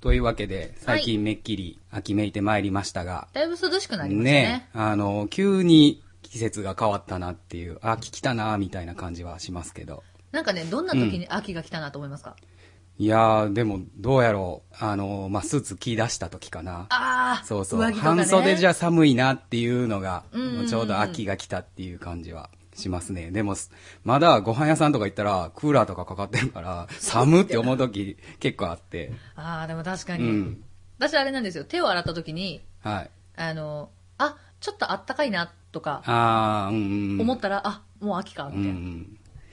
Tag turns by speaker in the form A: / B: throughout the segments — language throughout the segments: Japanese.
A: というわけで、最近めっきり秋めいてまいりましたが、
B: だいぶ涼しくなりましたね。
A: ねあの、急に季節が変わったなっていう、あ、秋来たな、みたいな感じはしますけど。
B: なんかね、どんな時に秋が来たなと思いますか、
A: いやー、でも、どうやろう。あの、まあ、スーツ着出した時かな。
B: ああ、
A: そうそう、
B: 上着とかね、
A: 半袖じゃ寒いなっていうのが、
B: うんうんうん
A: ちょうど秋が来たっていう感じはしますね。でも、すまだご飯屋さんとか行ったら、クーラーとかかかってる から、寒って思う時結構あって。
B: ああ、でも確か
A: う
B: に、
A: ん。
B: 私あれなんですよ。手を洗った時に、
A: はい。
B: あの、あ、ちょっとあったかいなとか
A: あー、うんうん。
B: 思ったら、あ、もう秋か、
A: うんう
B: みたいな。
A: ん。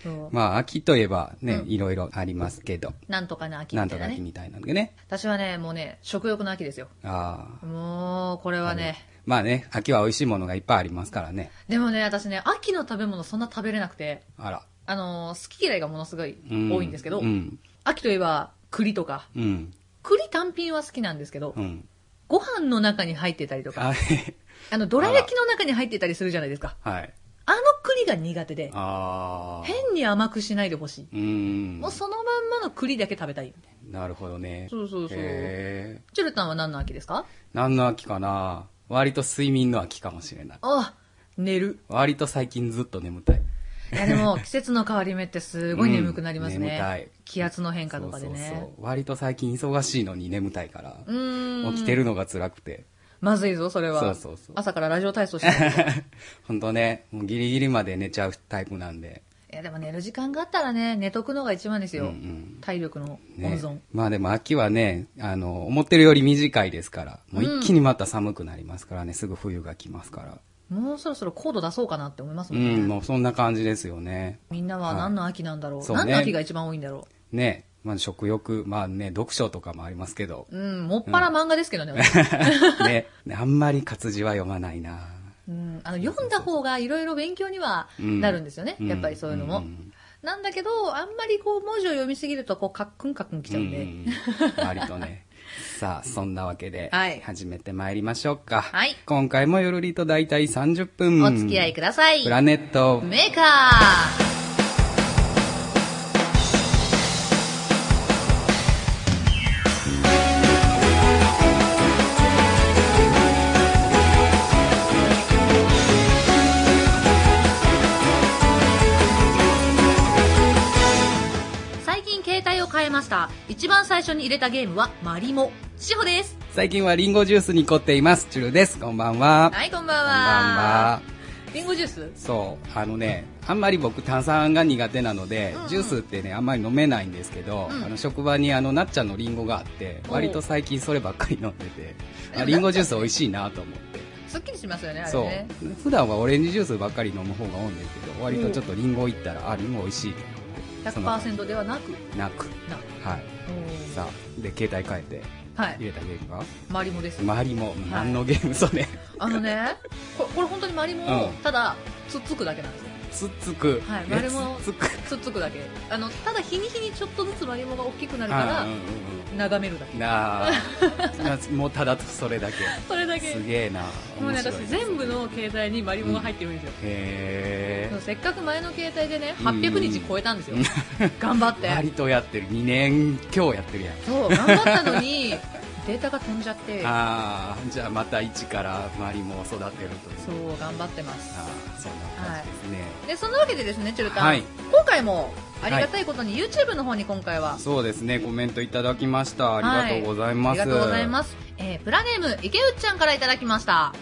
B: そう
A: まあ、秋といえばね、
B: うん
A: いろいろありますけど、
B: なんとかの秋
A: な
B: み
A: んと
B: たいな
A: か秋
B: ね。
A: みたいなんでね。
B: 私はね、もうね、食欲の秋ですよ。
A: あー。
B: もう、これはね。
A: まあね、秋は美味しいものがいっぱいありますからね。
B: でもね、私ね、秋の食べ物そんな食べれなくて、
A: あら。
B: あの、好き嫌いがものすごい
A: うん
B: 多いんですけど、
A: うん。
B: 秋といえば栗とか、
A: うん。
B: 栗単品は好きなんですけど、
A: うん。
B: ご飯の中に入ってたりとか、
A: あ
B: あの、どら焼きの中に入ってたりするじゃないですか。
A: はい。
B: あの栗が苦手で、
A: あー。
B: 変に甘くしないでほしい。
A: うん。
B: もうそのまんまの栗だけ食べたい。
A: なるほどね。
B: そうそうそう
A: へえ。
B: チュルタンは何の秋ですか
A: 何の秋かな割と睡眠の秋かもしれない。
B: あ寝る。
A: 割と最近ずっと眠たい。
B: いやで も、季節の変わり目ってすごい眠くなります
A: うん眠たい
B: ね。気圧の変化とかで
A: そうそう
B: ね。
A: そう。割と最近忙しいのに眠たいから、
B: うーん。
A: 起きてるのが辛くて。
B: まずいぞ、それは。
A: そうそうそう
B: 朝からラジオ体操し てる。
A: 本当ね、もうギリギリまで寝ちゃうタイプなんで。
B: いやでも寝る時間があったらね、寝とくのが一番ですよ。
A: うんうん
B: 体力の温
A: ね
B: 存。、
A: まあでも秋はね、あの、思ってるより短いですから、もう一気にまた寒くなりますからね、すぐ冬が来ますから。
B: もうそろそろコード出そうかなって思います
A: う
B: もんね。
A: ん、もうそんな感じですよね。
B: みんなは何の秋なんだろう、
A: はいそうね
B: 何の秋が一番多いんだろ
A: ね、まあ食欲、まあね、読書とかもありますけ ど、
B: ううん、もっぱら漫画ですけどね、私
A: ね、あんまり活字は読まないな。
B: うん、あの読んだ方がいろいろ勉強にはなるんですよね、
A: うん
B: やっぱりそういうのも。
A: ん
B: なんだけど、あんまりこう文字を読みすぎると、こう、カックンカックンきちゃうんで。
A: うん割と ね。さあ、そんなわけで、
B: はい
A: 始めてまいりましょうか。
B: はい
A: 今回もよるりと大体30分。
B: お付き合いください。
A: プラネット。
B: メーカー最近携帯を変えました一番最初に入れたゲームはマリモ志保です
A: 最近はリンゴジュースに凝っています。チュルです。こんばんは。
B: はいこんば
A: こんばん
B: んは
A: は。
B: リンゴジュース
A: そう、あのね、あんまり僕炭酸が苦手なので、
B: うんうん
A: ジュースってね、あんまり飲めないんですけど、
B: うん
A: あの職場にあの、なっちゃんのリンゴがあって、
B: お
A: 割と最近そればっかり飲んで て、
B: でも
A: あリンゴジュース美味しいなと思 って。
B: すっきりしますよねあれ
A: そう
B: ね。
A: 普段はオレンジジュースばっかり飲む方が多いんですけど、割とちょっとリンゴいったら、あ、リンゴ美味しいと思って。その
B: 100%ではなく
A: なく。
B: な
A: はい。
B: お
A: さあ、で、携帯変えて
B: ーはい
A: 入れたゲームが、
B: マリモです
A: 周りも何のゲームそれ、
B: あのねここれ本当にマリモを
A: うん
B: ただつっつくだけなんですよ
A: つっつく。
B: はい
A: え
B: 周りも
A: つっつく。
B: つっつくだけあのただ日に日にちょっとずつマリモが大きくなるか
A: あうんうん
B: ら眺めるだ
A: う
B: け
A: んな あなもうただそれだけ。
B: それだけ
A: すげえな。
B: もう
A: 面
B: ね
A: 白い
B: 私全部の携帯にマリモが入ってるんですよ、
A: へ
B: でもせっかく前の携帯でね
A: うん
B: 800日超えたん ですよ、頑張っ
A: え。
B: て
A: 割とやってる。2年今日やってるやん。
B: そう頑張ったのにデータが飛んじ ゃって
A: ああ、じゃあまた一から周りも育てるという。
B: そう頑張ってます
A: ああ、そんな感じですね。
B: でそんなわけでですねチュルタン、
A: はい
B: 今回もありがたいことに YouTube の方に今回は
A: そうですね、コメントいただきました。
B: は
A: ありがとうございます。
B: ありがとうございます。えー、プラネーム、池内ちゃんからいただきました。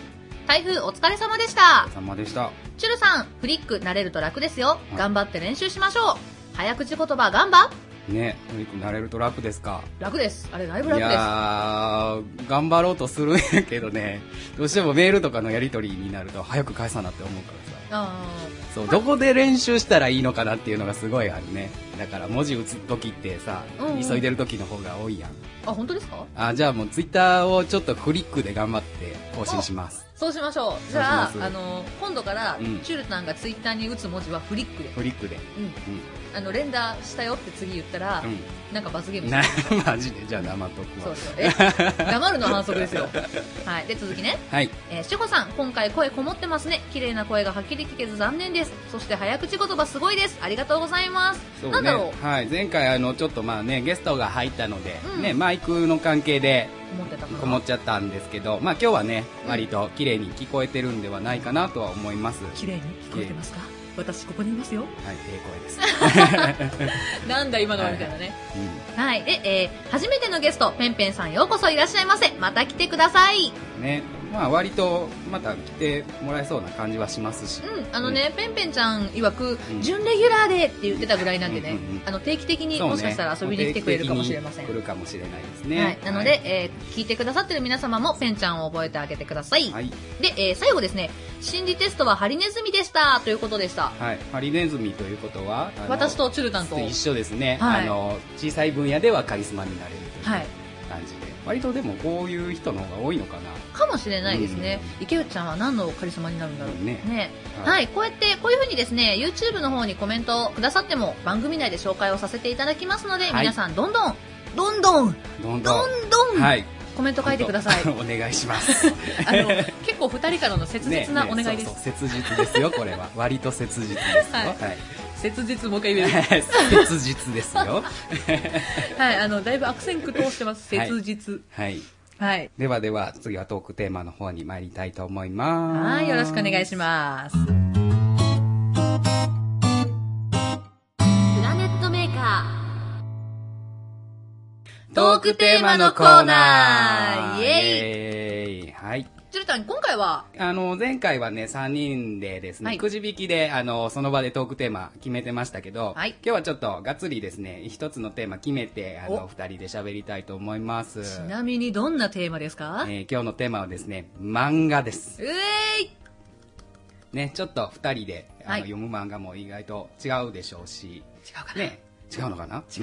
B: 台風お疲れ様でした
A: お疲。れ様でした。
B: チュルさん、フリック慣れると楽ですよ。頑張って練習しましょう。早口言葉、頑張
A: ね、堀君慣れると楽ですか。
B: 楽です。あれ、だいぶ
A: い
B: 楽です。
A: やー、頑張ろうとするんやけどね、 どうしてもメールとかのやり取りになると早く返さなって思うからさ。
B: あ
A: そう、どこで練習したらいいのかなっていうのがすごいあるね。だから文字打つ時ってさ、
B: うんうん
A: 急いでる時の方が多いやん。
B: ーあ、本当ですか
A: あ、じゃあもうツイッターをちょっとフリックで頑張って更新します。
B: そうしましょう。じ
A: そうし
B: ゃ
A: ま
B: あ、
A: す
B: あの、今度から、
A: うん
B: チュルタンがツイッターに打つ文字はフリックで。
A: フリックで。
B: うん。あの、連打したよって次言ったら、
A: うん。
B: なんか罰ゲー
A: う
B: ム
A: ん。
B: して
A: な、 マジで。じゃあ黙っとく
B: そう
A: わ。
B: そう。え 黙るのは反則ですよ。はい。で、続きね。
A: はい。
B: えー、しほさん、今回声こもってますね。綺麗な声がはっきり聞けず残念です。そして早口言葉すごいです。ありがとうございます。
A: そう
B: なん
A: ね
B: だろ
A: はい、前回あのちょっとまあねゲストが入ったので、
B: うん
A: ねマイクの関係で
B: う思ってたかな。
A: こもっちゃったんですけど、まあ今日はね
B: うん
A: 割と綺麗に聞こえてるんではないかなとは思います。はい、
B: 綺麗に聞こえてますか私ここにい ますよ。
A: ええ声です。
B: なんだ今のはみたいなね。はい。で、えー初めてのゲスト、ペンペンさんようこそいらっしゃいませ。また来てください。
A: うん、ね、まあ割とまた来てもらえそうな感じはしますし、
B: うん、あのね、ペンペンちゃん曰く
A: う、ん
B: 準レギュラーでって言ってたぐらいなんでね、
A: うんうんうん
B: あの定期的に
A: そうね
B: もしかしたら遊びに来てくれるかもしれません。
A: 定期的に来るかもしれないですね。
B: はい、なので、えー聞いてくださってる皆様もペンちゃんを覚えてあげてください。
A: はい、はい、
B: で、えー最後ですね、心理テストはハリネズミでしたということでした。
A: はい、ハリネズミということはあの
B: 私とチュルタンと。
A: 一緒ですね。
B: はい
A: あの小さい分野ではカリスマになれるという。
B: はい。
A: 感じで割とでもこういう人の方が多いのかな
B: かもしれないですね。池内ちゃんは何のカリスマになるんだろう。
A: ね
B: ね
A: は
B: はい、こうやって、こういう風にですね、YouTube の方にコメントをくださっても、番組内で紹介をさせていただきますので、
A: はい
B: 皆さん、どんどん、どんどん、
A: どんど
B: ど
A: ん
B: んどん、
A: はい
B: コメント書いてください。
A: お願いします
B: あの、結構二人からの切実なお願いです。
A: ねねそうそう切実です よこれは割と切実ですよ
B: はい切実、もう一回言える。
A: はい、切実ですよ
B: はい、あの、だいぶ悪戦苦闘してます。
A: はい
B: 切実。
A: はい
B: はい。
A: ではでは次はトークテーマの方に参りたいと思います
B: はい、よろしくお願いします。プラネットメーカー。トークテーマのコーナーイ
A: イ
B: エイ
A: エーイはい
B: 鶴谷、今回は、
A: あの、前回はね、3人でですね、
B: はい
A: くじ引きで、あの、その場でトークテーマ決めてましたけど、
B: はい
A: 今日はちょっとがっつりですね、一つのテーマ決めて、あ
B: お
A: の、二人で喋りたいと思います。
B: ちなみにどんなテーマですか
A: えー今日のテーマはですね、漫画です。
B: うえーい
A: ね、ちょっと二人で、あの、
B: はい
A: 読む漫画も意外と違うでしょうし、
B: 違うかな、
A: ね、違うのかな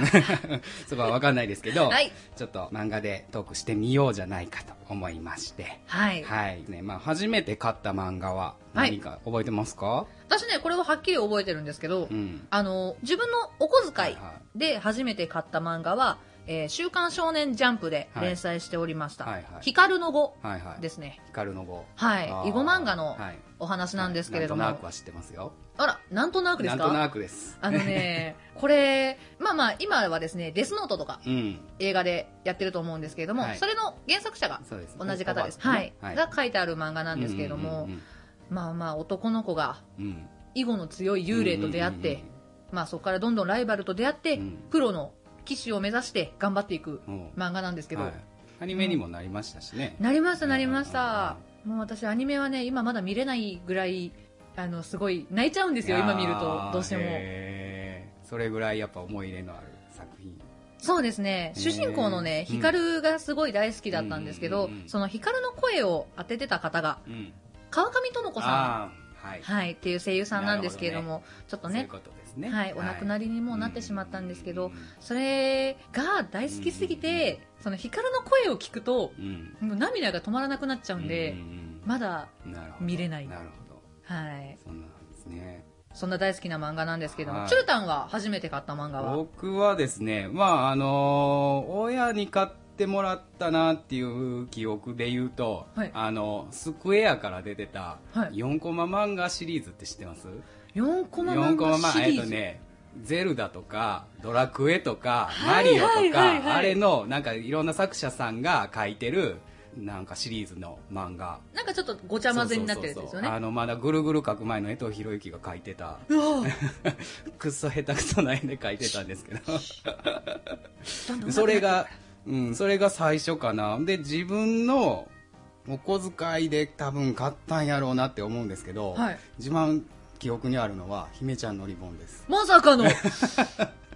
A: そこはわかんないですけど、
B: はい
A: ちょっと漫画でトークしてみようじゃないかと思いまして、
B: はい。
A: はい。ね、まあ、初めて買った漫画は
B: はい
A: 何か覚えてますか、
B: 私ね、これははっきり覚えてるんですけど、
A: うん。
B: あの、自分のお小遣い
A: は
B: で初めて買った漫画は、えー週刊少年ジャンプで連載しておりました。
A: はいはいはい
B: ヒカルの語
A: はいはい。
B: ですね。
A: 光の語。
B: はい
A: あー
B: 囲碁漫画の
A: はい
B: お話なんですけれども。
A: なんとなくは知ってますよ。
B: あら、なんとなくで
A: な
B: す
A: んと
B: か
A: なくです。
B: あの ね、これ、まあまあ、今はですね、デスノートとか
A: うん。
B: 映画でやってると思うんですけれども、
A: はい
B: それの原作者が
A: そうです。
B: 同じ方です。
A: おばあ
B: は
A: さん
B: い
A: ね。
B: が書いてある漫画なんですけれども、
A: うん
B: まあまあ、男の子が
A: うんうんうん
B: 囲碁の強い幽霊と出会って、
A: うんうんうん
B: まあそこからどんどんライバルと出会って、
A: うん
B: プロの棋士を目指して頑張っていく
A: うん
B: 漫画なんですけど、
A: はいアニメにもなりましたしね。
B: なりましたなりまし
A: うん
B: た、もう私アニメはね今まだ見れないぐらいあのすごい泣いちゃうんですよ今見るとどうしても
A: いやーへーそれぐらいやっぱ思い入れのある作品。
B: そうですね
A: へー
B: 主人公のねヒカルがすごい大好きだったんですけど、
A: うんうんうんうん
B: そのヒカルの声を当ててた方が
A: うん。
B: 川上智子さん
A: ああ、はい。
B: はい、っていう声優さんなんですけれども
A: な
B: ちょっと
A: そういう
B: ね
A: ことですね。
B: はい、お亡くな
A: り
B: りにもなってしまったんですけど、それが大好きすぎて、そのヒカルの声を聞くと、
A: うん。
B: もう涙が止まらなくなっちゃうんで、
A: ううん
B: まだ、
A: うんなるほど
B: 見れない
A: なるほど。
B: はい、
A: そんなんですね。
B: そんな大好きな漫画なんですけども、
A: はい
B: チュルタンが初めて買った漫画は、
A: 僕はですね、まああの親に買ってもらったなっていう記憶で言うと、
B: はい
A: あのスクエアから出てた
B: はい
A: 4コマ漫画シリーズって知ってます、
B: 4コマ
A: ?4
B: 漫
A: コマ
B: 画
A: 漫
B: シ
A: 画、えっ
B: リー
A: と
B: ズ。
A: ね、ゼルダとか、ドラクエとか、
B: は
A: マ
B: い
A: リオとか、
B: はいはいはい
A: あれの、なんかいろんな作者さんが書いてる、なんかシリーズの漫画。
B: なんかちょっとごちゃ混ぜになってるんです
A: そう
B: よ
A: そうそう
B: ね。
A: あの、まだぐるぐる書く前の江藤博之が書いてた
B: うわぁ
A: くっそ下手くそな絵で描いてたんですけ
B: どんどん
A: どそれが、うん、それが最初かなで自分のお小遣いで多分買ったんやろうなって思うんですけど、
B: はい
A: 一番記憶にあるのは姫ちゃんのリボンです
B: まさかの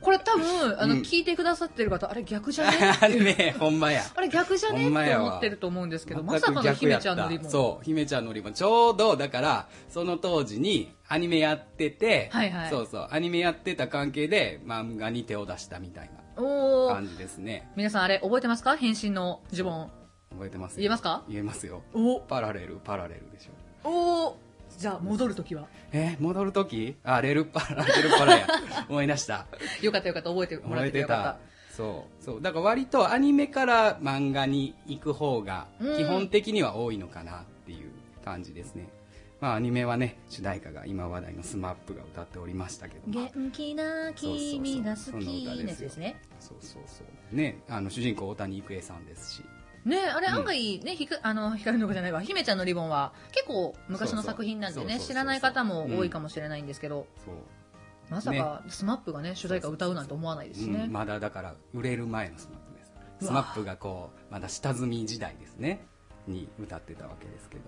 B: これ多分、あ
A: う
B: の、
A: ん
B: 聞いてくださってる方、あれ逆じゃね
A: あれ ねほんまや
B: あれ逆じゃね
A: ほんま
B: って
A: やわ
B: 思ってると思うんですけど、ま
A: 全
B: さか
A: く
B: の
A: 逆やっ
B: 姫ちゃんの
A: た
B: リボン。
A: そう姫ちゃんのリボンちょうどだからその当時にアニメやってて、
B: はいはい
A: そうそうアニメやってた関係で漫画に手を出したみたいな
B: おー
A: 感じですね
B: 皆さんあれ覚えてますか変身の呪文
A: 覚えてます
B: 言えますか
A: 言えますよ
B: お
A: パラレルパラレルでしょ
B: おじゃあ戻る ときは
A: え戻る時あレルパラレルパ ラや思い出した
B: よかったよかった覚えても
A: 覚
B: ら
A: え
B: ってて
A: て
B: よかった
A: そうそうだから割とアニメから漫画に行く方が
B: うん
A: 基本的には多いのかなっていう感じですね、まあアニメはね主題歌が今話題の SMAP が歌っておりましたけど
B: た元気な君が好きなやつですね
A: そうそうそうねあの主人公大谷育英さんですし
B: ねあれ
A: うん
B: 案外ね、ひくあの光の子じゃないわ姫ちゃんのリボンは結構昔の作品なんで
A: そうそう
B: ね
A: そうそう
B: 知らない方も多いかもしれないんですけど、
A: そう
B: まさかスマップがね主題歌歌うなんて思わないですしね、
A: うんまだだから売れる前のスマップです
B: う
A: スマ
B: わ
A: ップがこうまだ下積み時代ですねに歌ってたわけですけど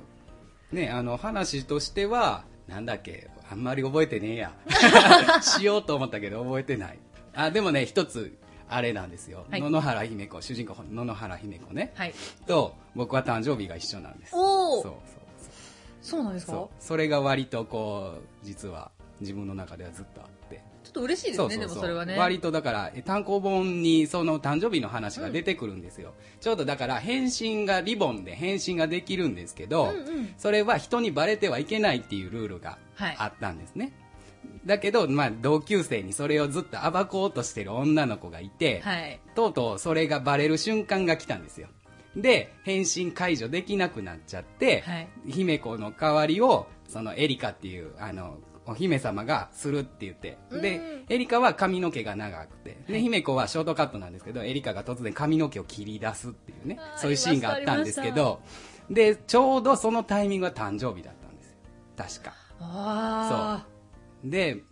A: ねあの話としてはなんだっけあんまり覚えてねえ やしようと思ったけど覚えてないあでもね一つあれなんですよ、
B: はい
A: 野々原姫子主人公の野々原姫子ね
B: はい
A: と僕は誕生日が一緒なんです
B: お
A: そう
B: おそう
A: そう
B: なんですかち
A: そ
B: ょ
A: うそれが割とこう実は自分の中ではずっとあって
B: っと嬉しいですねでもそれはね
A: 割とだからえ単行本にその誕生日の話が出てくるんですよ、ちょうどだから返信がリボンで返信ができるんですけど、
B: うんうん
A: それは人にバレてはいけないっていうルールが
B: はい
A: あったんですね、だけど、まあ、同級生にそれをずっと暴こうとしてる女の子がいて、
B: はい
A: とうとうそれがバレる瞬間が来たんですよで返信解除できなくなっちゃって、
B: はい
A: 姫子の代わりをそのエリカっていうあのお姫様がするって言ってでエリカは髪の毛が長くてで姫子はショートカットなんですけどエリカが突然髪の毛を切り出すっていうね
B: あー
A: そういうシーンがあったんですけ
B: あ
A: どでちょうどそのタイミングは誕生日だったんですよ確か
B: ああ
A: で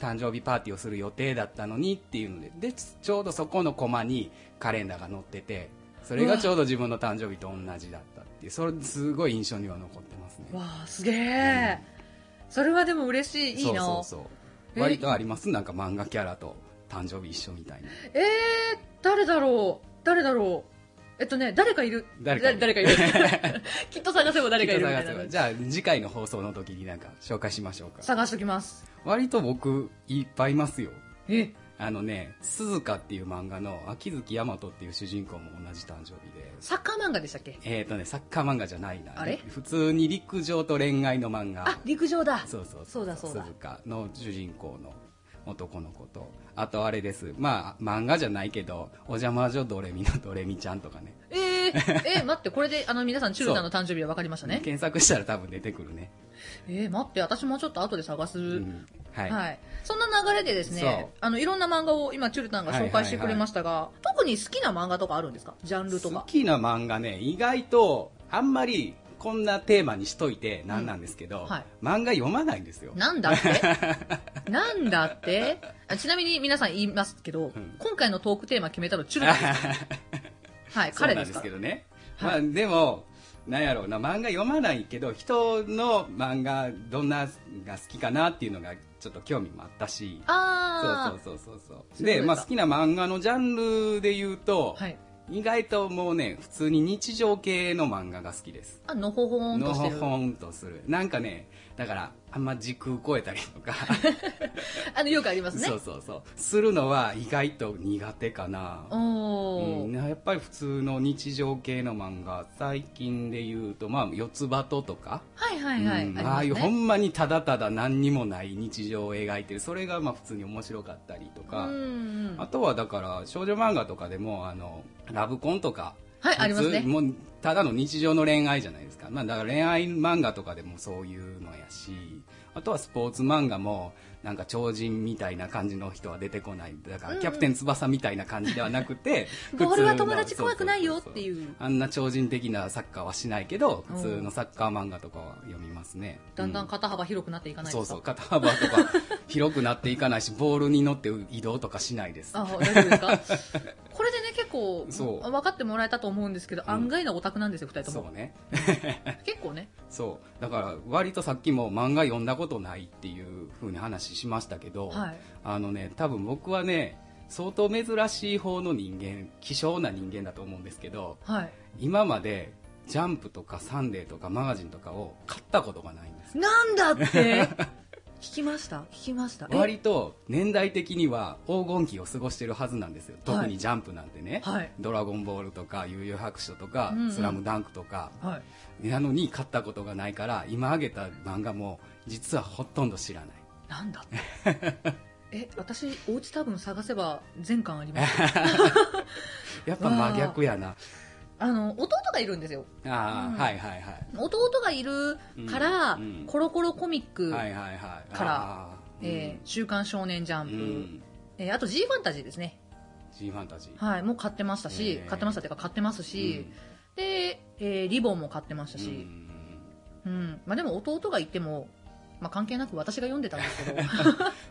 A: 誕生日パーティーをする予定だったのにっていうのででちちょうどそこのコマにカレンダーが載っててそれがちょうど自分の誕生日と同じだったっていうそれすごい印象には残ってますね
B: わあすげえ、それはでも嬉しいいいな
A: そうそうそう
B: え
A: 割とありますなんか漫画キャラと誕生日一緒みたいな
B: えー、誰だろう誰だろうえっとね誰かいる
A: 誰かいる
B: だいる きっと探せば誰かいるみた
A: きっと探
B: い
A: せば
B: な
A: じゃあ次回の放送の時になんか紹介しましょうか
B: 探しときます
A: 割と僕いっぱいいますよ
B: え
A: あのね鈴鹿っていう漫画の秋月大和っていう主人公も同じ誕生日で
B: サッカー漫画でしたっけ
A: えっ、とね、サッカー漫画じゃないな。
B: あれ
A: 普通に陸上と恋愛の漫画
B: あ。陸上だ
A: そうそう
B: そうだそうだ
A: 鈴鹿の主人公の男の子と、あとあれです。まあ、漫画じゃないけど、お邪魔女ドレミのドレミちゃんとかね。
B: えー、えー、待ってこれであの皆さんチュルさんの誕生日は分かりましたね
A: 検索したら多分出てくるね。
B: えー、待って私もちょっと後で探す、
A: うんはい。
B: はい、そんな流れでですねあのいろんな漫画を今チュルタンが紹介してくれましたが、特に好きな漫画とかあるんですかジャンルと
A: 好
B: か
A: きな漫画ね、意外と、あんまり、こんなテーマにしといてなんなんですけど、
B: うんはい
A: 漫画読まないんですよ。
B: なんだっ てなんだってあちなみに皆さん言いますけど、
A: ん
B: 今回のトークテーマ決めたのチュルタン ですはい
A: そう
B: 彼
A: な
B: で
A: ん
B: す
A: で
B: か
A: すけどね、
B: は
A: まあ、でもなんやろうな漫画読まないけど人の漫画どんなが好きかなっていうのがちょっと興味もあったし
B: ああ
A: そうそうそうそうそ
B: そ
A: う
B: うい
A: で、
B: うこと
A: まあ、
B: ですか
A: 好きな漫画のジャンルで言うと、
B: はい
A: 意外ともうね普通に日常系の漫画が好きです
B: あのほほんと
A: の
B: して
A: ほ
B: る
A: ほんとするなんかねだからあんま時空超えたりと か、
B: あのよくありますね
A: そうそうそうするのは意外と苦手かな
B: お
A: う
B: お、
A: ん、やっぱり普通の日常系の漫画最近で言うと、まあ、四つ葉ととか、
B: はいはいはい、
A: うんあ
B: あ
A: あい
B: り
A: う
B: ます
A: ほ
B: ね
A: んまにただただ何にもない日常を描いてるそれがまあ普通に面白かったりとか、
B: うんうん
A: あとはだから少女漫画とかでもあのラブコンとか、
B: はいありますね
A: 普通もうただの日常の恋愛じゃないですか,、まあ、だから恋愛漫画とかでもそういうのやしあとはスポーツ漫画もなんか超人みたいな感じの人は出てこないだからキャプテン翼みたいな感じではなくて 普通の
B: ボールは友達怖くないよっていう
A: そそそあんな超人的なサッカーはしないけど普通のサッカー漫画とかは読みますね
B: だんだ
A: うん
B: 肩幅広くなっていかない
A: そ
B: で
A: う
B: すか、
A: そう肩幅とか 広くなっていかないしボールに乗って移動とかしないです
B: あ大丈夫です かこれでね結構
A: そう
B: 分かってもらえたと思うんですけど、案外なオタクなんですよ2人と
A: そ
B: も
A: うね
B: 結構ね
A: そうだから割とさっきも漫画読んだことないっていう風に話しましたけど、
B: はい
A: あのね多分僕はね相当珍しい方の人間希少な人間だと思うんですけど
B: はい
A: 今までジャンプとかサンデーとかマガジンとかを買ったことがないんです
B: なんだって 聞きました聞きましたえ
A: 割と年代的には黄金期を過ごしてるはずなんですよ特にジャンプなんてね「
B: はい
A: ドラゴンボール」とか「悠々白書」とか
B: うんう
A: 「
B: ん
A: スラムダンク」とか
B: はい
A: なのに買ったことがないから今挙げた漫画も実はほとんど知らない
B: なんだ え私お家多分探せば全巻あります よ
A: やっぱ真逆やな
B: あの弟がいるんですよ
A: ああ、
B: うん
A: はいはいはい
B: 弟がいるから、
A: うんうん
B: コロコロコミック、
A: はいはいはい
B: から
A: あー
B: えー週刊少年ジャン
A: う
B: プ」
A: んうん
B: えーあと G ファンタジーですね
A: G ファンタジー
B: はいもう買ってましたし、
A: えー
B: 買ってましたっていうか買ってますし、で、えーリボンも買ってました
A: うんうん
B: し、うんまあ、でも弟がいても、まあ、関係なく私が読んでたんです けど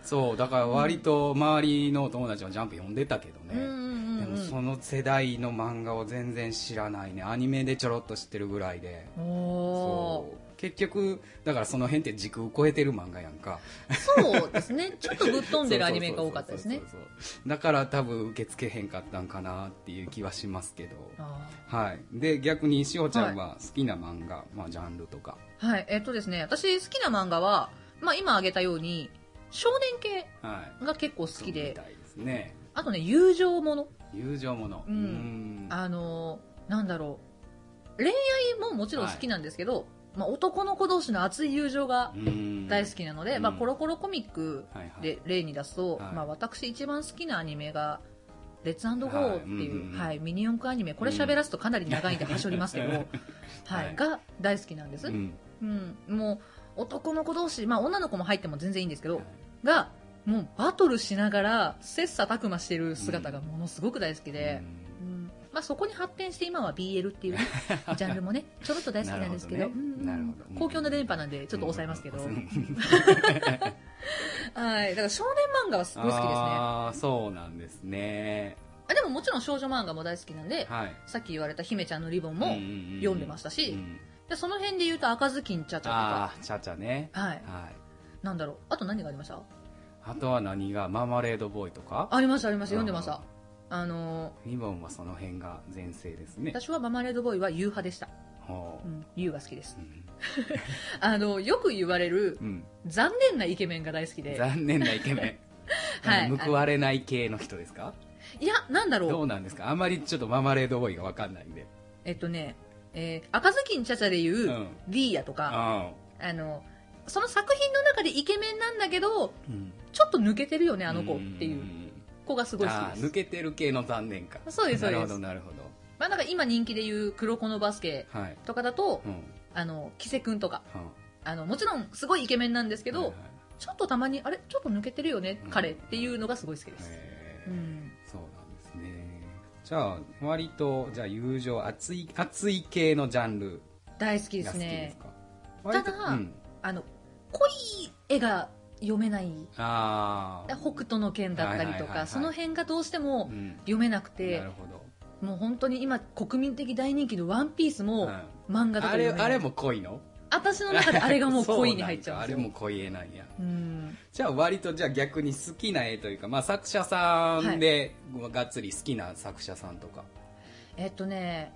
A: そうだから割と周りの友達はジャンプ読んでたけど
B: うんう
A: ね、
B: んう
A: で
B: んう
A: も
B: ん
A: その世代の漫画を全然知らないねアニメでちょろっと知ってるぐらいで
B: お
A: そう結局だからその辺って時空を超えてる漫画やんか
B: ーそうですねちょっとぶっ飛んでるアニメが多かったですね
A: そうそうそうそうだから多分受け付けへんかったんかなっていう気はしますけど
B: あー
A: はいで逆にしほちゃんは好きな漫画、まあ、ジャンルとか
B: はいえっとですね私好きな漫画は、まあ、今挙げたように少年系
A: はい
B: が結構好き
A: そうみ
B: で
A: たいですね
B: あとね友情もの
A: 友情もの
B: う
A: ん
B: んあのーなんだろう恋愛ももちろん好きなんですけど、まあ、男の子同士の熱い友情が
A: うん
B: 大好きなので、
A: うん
B: まあ、コロコロコミック
A: はいはい
B: で例に出すと、
A: はい
B: まあ、私一番好きなアニメが「レッツ
A: は
B: ゴ
A: い
B: ー」っていう、
A: うん
B: は
A: う
B: い
A: んうん
B: ミニ四駆アニメこれ喋らすとかなり長いんで端折りますけど、 はい
A: はい
B: が大好きなんです、
A: う
B: うん
A: ん
B: もう男の子同士、まあ、女の子も入っても全然いいんですけどがもうバトルしながら切磋琢磨してる姿がものすごく大好きで、うんまあ、そこに発展して今は BL っていう ね、ジャンルもねちょろっと大好きなんですけど
A: なるほどね
B: うんうん
A: なるほどうん
B: 公共の電波なんでちょっと抑えますけど、
A: うん
B: はい、だから少年漫画はすごい好きですねあ
A: ああそうなんですね
B: でももちろん少女漫画も大好きなんで
A: はい
B: さっき言われた姫ちゃんのリボンも読んでましたし、
A: うん
B: でその辺で言うと赤ずきんちゃちゃ
A: ああちゃちゃね
B: とかはい
A: はい
B: なんだろうあと何がありました
A: あとは何がマーマレードボーイとか
B: ありましたありました読んでまし
A: あ
B: たあの
A: リボンはその辺が全盛です
B: ー
A: ね
B: 私はママレードボーイは U 派でした、
A: ほ
B: うん、U が好きです
A: ううん
B: あのよく言われる
A: うん
B: 残念なイケメンが大好きで
A: 残念なイケメ ン
B: はい
A: あの報われない系の人ですか
B: いやなんだろう
A: どうなんですかあんまりちょっとマーマレードボーイがわかんないんで
B: えっとね、えー赤ずきんちゃちゃで言う、
A: うん
B: ディーヤとか、
A: あ
B: あの、その作品の中でイケメンなんだけど、
A: ーうん
B: ちょっと抜けてるよね、あの子っていうん子がすごい好
A: あ
B: き
A: ー
B: で
A: 抜
B: す。
A: けてる系の残念か
B: そうですそ
A: な
B: うです
A: るほどなるほど
B: まあなんか今人気で言う黒子のバスケ
A: はい
B: とかだと、
A: うん
B: あの、キセくんとか、
A: は
B: あの、もちろんすごいイケメンなんですけ
A: け
B: ど、ちょっとたまに、あれちょっと抜けてるよね
A: う、ん
B: 彼っていうのがすごい好きです。
A: え
B: う
A: ー
B: ん。
A: そうなんですねじゃあ割とじゃあ友情熱い熱い系のジャンル
B: 大好きで
A: が
B: す
A: 好きで
B: ね
A: す。か割と
B: ただ
A: うん、
B: あの、濃い絵が読めない、
A: ああ
B: 北斗の剣だっ
A: は
B: たり
A: いは
B: と
A: いはいは
B: か、
A: い
B: その辺がどうしても、
A: うん
B: 読めなく
A: な
B: て
A: るほ
B: もう本当に今国民的大人気の「ワンピース
A: ど、
B: も
A: うん
B: 漫画とか
A: あれ
B: 読めない
A: あれも恋の
B: 私の中で あれがもう恋に入っちゃうん
A: そなか
B: ですよ
A: あれも恋絵なんや
B: うん
A: じゃあ割とじゃあ逆に好きな絵というか、まあ、作者さんでがっつり好きな作者さんとか、
B: えっとね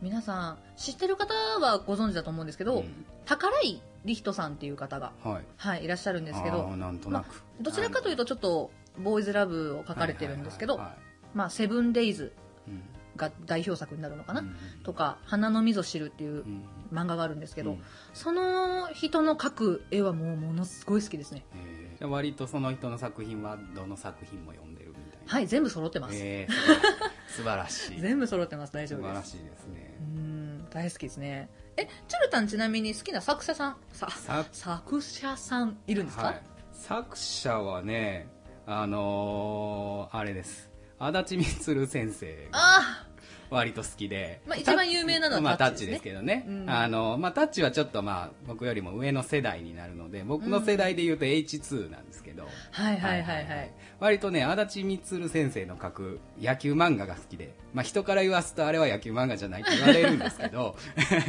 B: 皆さん知ってる方はご存知だと思うんですけど、
A: うん
B: 宝井理人さんっていう方が、
A: はい
B: はい、いらっしゃるんですけ
A: あー
B: ど
A: なんとなく、
B: どちらかというとちょっとボーイズラブを書かれてるんですけど
A: はいはいはい
B: 「まあセブンデイズ
A: はいうん
B: が代表作になるのかな、
A: うん
B: とか「花の溝知る」っていう
A: うん
B: 漫画があるんですけど、
A: うん
B: その人の描く絵はもうものすごい好きですね
A: えーじゃあ割とその人の作品はどの作品も読んでるみたいな
B: はい全部揃ってます、
A: えー素晴らしい
B: 全部揃ってます大丈
A: 素
B: 夫
A: 晴
B: で
A: ら
B: す
A: しいですね
B: うーん大好きですねえチュルタンちなみに好きな作者さんさ
A: 作
B: 作者さんいるんですか、
A: はい、作者はねあのーあれです足立満先生が
B: あ
A: 割と好きで、
B: まあ一番有名なのは
A: まあタ
B: タッ
A: ッ
B: チ
A: チ
B: で
A: ですす
B: ね
A: けどね、
B: うん
A: あのまあ、タッチはちょっと、まあ、僕よりも上の世代になるので僕の世代でいうと H2 なんですけど、
B: あはいはいはいはい
A: 割とね足立満先生の書く野球漫画が好きで、まあ、人から言わすとあれは野球漫画じゃないって言われるんですけど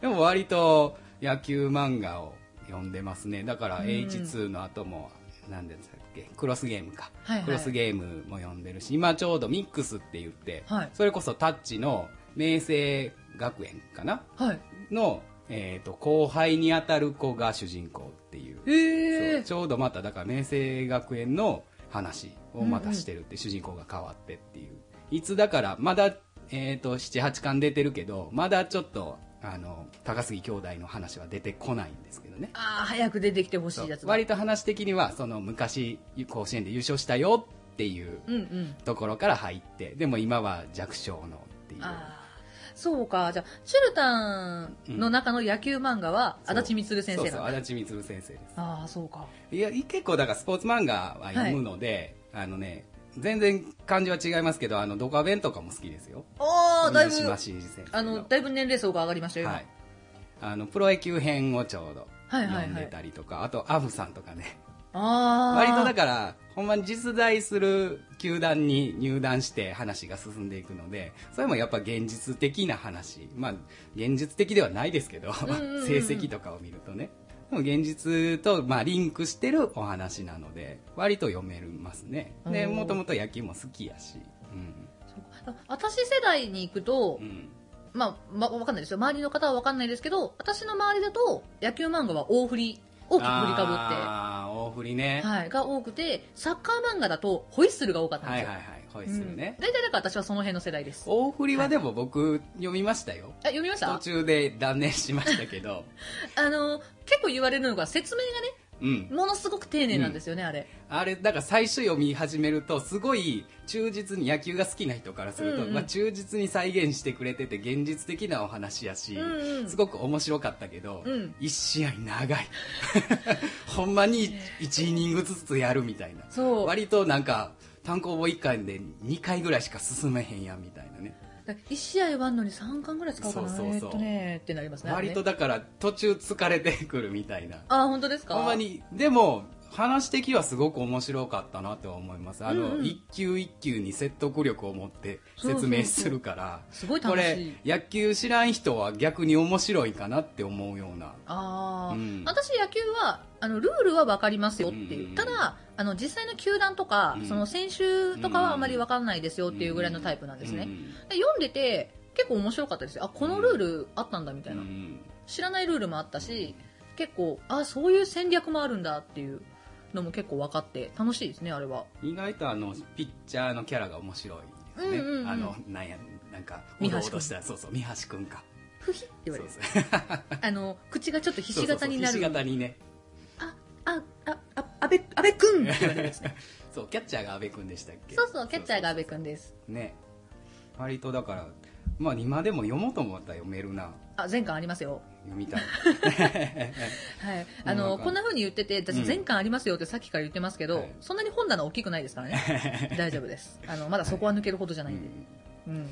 A: でも割と野球漫画を読んでますねだから
B: うん
A: H2 の後も何でしたっけクロスゲームか、
B: はいはい
A: クロスゲームも読んでるし今ちょうどミックスって言って、
B: はい
A: それこそタッチの明星学園かな
B: はい
A: の、えー、と後輩にあたる子が主人公っていう
B: へ
A: そう
B: え
A: ちょうどまただから明星学園の話をまたしてるって、主人公が変わってっていういつだからまだ、えー、と78巻出てるけどまだちょっとあの高杉兄弟の話は出てこないんですけどね
B: ああ早く出てきてほし
A: そう
B: いやつだ
A: 割と話的にはその昔甲子園で優勝したよっていう
B: うんうん
A: ところから入ってでも今は弱小のっていう
B: ああそうかじゃあチュルタンの中の野球漫画は、
A: そう
B: 足立満先生なんだ
A: そうそう足立満先生です
B: ああそうか
A: いや結構だからスポーツ漫画は読むので、あのね全然感じは違いますけどあのドカベンとかも好きですよ
B: ああだいぶ
A: 水島新司先生
B: あのだいぶ年齢層が上がりましたよ、
A: はいあのプロ野球編をちょうど
B: はいはいはい
A: 読んでたりとか、あとアブさんとかね
B: ああ
A: 割とだからほんまに実在する球団に入団して話が進んでいくのでそれもやっぱ現実的な話まあ現実的ではないですけど成
B: んうんうん
A: 績とかを見るとねでも現実とまあリンクしてるお話なので割と読めますねで
B: おー
A: もともと野球も好きやしうん
B: そうか私世代に行くと、
A: うん
B: まあ、まあ、わかんないですよ。周りの方はわかんないですけど、私の周りだと、野球漫画は大振り、大きく振りかぶっ
A: ああ大振りね
B: て、はい、が多くて、サッカー漫画だと、ホイッスルが多かったん
A: は
B: で
A: い
B: すよ。
A: はいはいホイッスルね
B: うん、大体だから私はその辺の世代です。あ、
A: 大振りはでも僕読みましたよ
B: 読みまし
A: 途
B: た
A: 中で断念しましたけど
B: あの、結構言われるのが、説明がね、
A: うん
B: ものすごく丁寧なんですよね、あれ。
A: あれだから最初読み始めるとすごい忠実に野球が好きな人からすると、
B: うんうん
A: まあ、忠実に再現してくれてて現実的なお話やし、
B: うんうん
A: すごく面白かったけど、
B: うん
A: 一試合長い ほんまに1イニングずつやるみたいな
B: そう。
A: 割となんか単行本1巻で2回ぐらいしか進めへんやんみたいなね
B: だから一試合終わるのに3巻ぐらい使うかな。
A: そうそうそう
B: えーっとねってなりますね。あ
A: 割
B: れね
A: とだから途中疲れてくるみたいな
B: あ、本当ですか
A: ほんま。にでも話的はすごく面白かったなとは思いますあ
B: うん
A: の、
B: うん
A: 一球一球に説得力を持って説明するから
B: すごい
A: こ
B: 楽し
A: れ
B: い。
A: 野球知らん人は逆に面白いかなって思うような
B: ああ、
A: うん
B: 私野球はあのルールは分かりますよってい
A: う
B: う、
A: んうん
B: ただあの実際の球団とか、
A: うん
B: その選手とかはあまり分かんないですよっていうぐらいのタイプなんですね、で読んでて結構面白かったですよあこのルールあったんだみた
A: うん
B: いな、
A: うん
B: 知らないルールもあったし結構あそういう戦略もあるんだっていうのも結構分かって楽しいですねあれは
A: 意外とあのピッチャーのキャラが面白いですね、
B: うんうんうん
A: あのなんやなんかお
B: 三
A: ど
B: 橋
A: おどしたそうそう三橋君か
B: ふひって言われる
A: そうそう
B: あの口がちょっとひし形になる
A: そうそうひし形にね
B: あああ阿部阿部 君って言われるやつ
A: そうキャッチャーが阿部君でしたっけ
B: そうそうキャッチャーが阿部君です
A: ね割とだから、まあ、今でも読もうと思ったら読めるな
B: あ前巻ありますよ
A: 読みたい
B: はい、
A: もう
B: あ
A: な
B: の
A: んか
B: こんな風に言ってて
A: う
B: 私
A: ん
B: 全巻ありますよってさっきから言ってますけど、
A: はい
B: そんなに本棚大きくないですか らね大丈夫ですあのまだそこは抜けるほどじゃ
A: う
B: ないんで、
A: ん
B: うん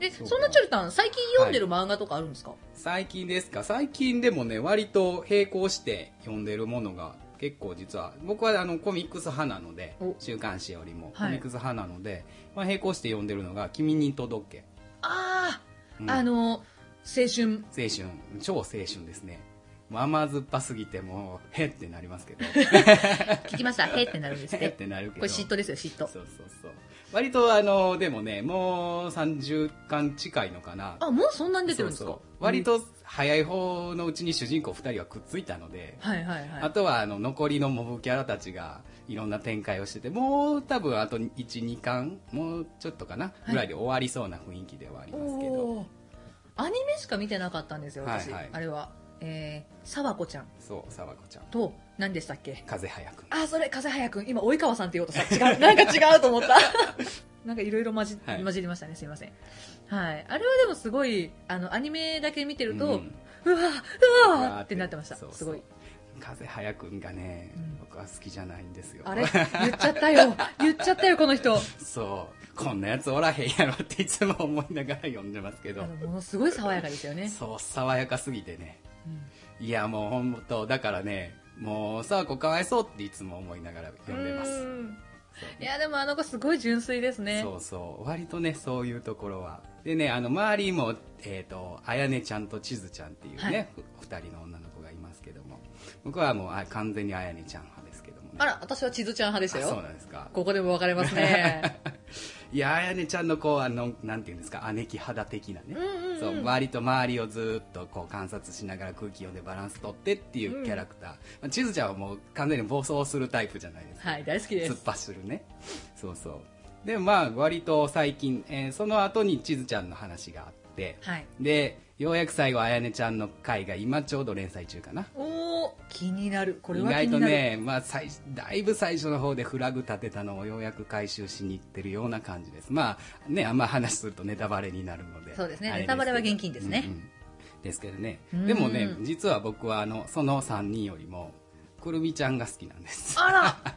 B: で
A: そ
B: そう
A: か
B: んなチュルタン最近読んでる漫画とかあるんですか、
A: 最近ですか最近でもね割と並行して読んでるものが結構実は僕はあのコミックス派なので
B: お
A: 週刊誌よりもコ
B: はい
A: ミックス派なので、まあ、並行して読んでるのが「君に届け
B: あ」あ、
A: うん
B: あの青春
A: 青春超青春ですねもう甘酸っぱすぎてもう へってなりますけ ど
B: 聞きましたへってなるんですっ
A: へっててなるけど
B: これ嫉妬ですよ嫉妬
A: そうそうそう割とあのでもねもう30巻近いのかな
B: あもうそんなに出てるんですか
A: そうそう割、と早い方のうちに主人公2人はくっついたので、
B: うんはいはいは
A: あ
B: い
A: とはあの残りのモブキャラたちがいろんな展開をしててもう多分あと12巻もうちょっとかな、
B: い
A: ぐらいで終わりそうな雰囲気ではありますけど
B: おーアニメしか見てなかったんですよ私、
A: はいはい
B: あれはえー、沢子ちゃん
A: そう沢子ちゃん
B: と何でしたっけ
A: 風早くん
B: あ、それ、風早くん。今、及川さんって言おうとさ、違う。なんか違うと思った。 なんかいろいろ混じ、
A: はい
B: 混じりましたね。すいません。はい。あれはでもすごい、あの、アニメだけ見てると、う
A: う
B: わ
A: ん
B: うわうわってなってました。
A: そうそう
B: すごい。
A: 風早くんがね、
B: うん
A: 僕は好きじゃないんですよ
B: あれ言っちゃったよ。言っちゃったよ、この人。あ
A: そうこんなやつおらへんやろっていつも思いながら読んでますけど
B: の、ものすごい爽やかですよね。
A: そう爽やかすぎてね
B: うん
A: いやもう本当だからねもう沢子かわいそうっていつも思いながら 読んでます
B: う
A: そ
B: ん
A: う
B: いや、でもあの子すごい純粋ですね。
A: そうそう割とねそういうところはでねあの周りもえっ、とあやねちゃんとちずちゃんっていう
B: は
A: ね
B: い、
A: ふ二人の女の子がいますけども僕はもうあ完全にあやねちゃん派ですけどもね
B: あら、私は千鶴ちゃん派でした
A: あそう
B: よ。
A: なんですか
B: ここでも分かれますね。
A: いやあやねちゃんのこうあのなんていうんですか姉貴肌的なね、
B: うんうんうん
A: そう、
B: うん
A: 周りと周りをずっとこう観察しながら空気読んでバランス取ってっていうキャラクター、まあ、千鶴ちゃんはもう完全に暴走するタイプじゃないですか、
B: はい、大好きで
A: 突っ
B: す。
A: 走るねそうそうでまあ割と最近、えーその後に千鶴ちゃんの話があって
B: はい。
A: でようやく最後あやねちゃんの回が今ちょうど連載中かな
B: おー、気になる。これ
A: 意
B: は気
A: 外
B: に
A: と
B: なる。
A: ね、まあ、最だいぶ最初の方でフラグ立てたのをようやく回収しに行ってるような感じですまあねあんま話するとネタバレになるので
B: そうですね
A: あれ
B: ネタバレは厳禁ですね
A: うんうんですけどね
B: うん
A: でもね実は僕はあのその3人よりもくるみちゃんが好きなんです
B: あら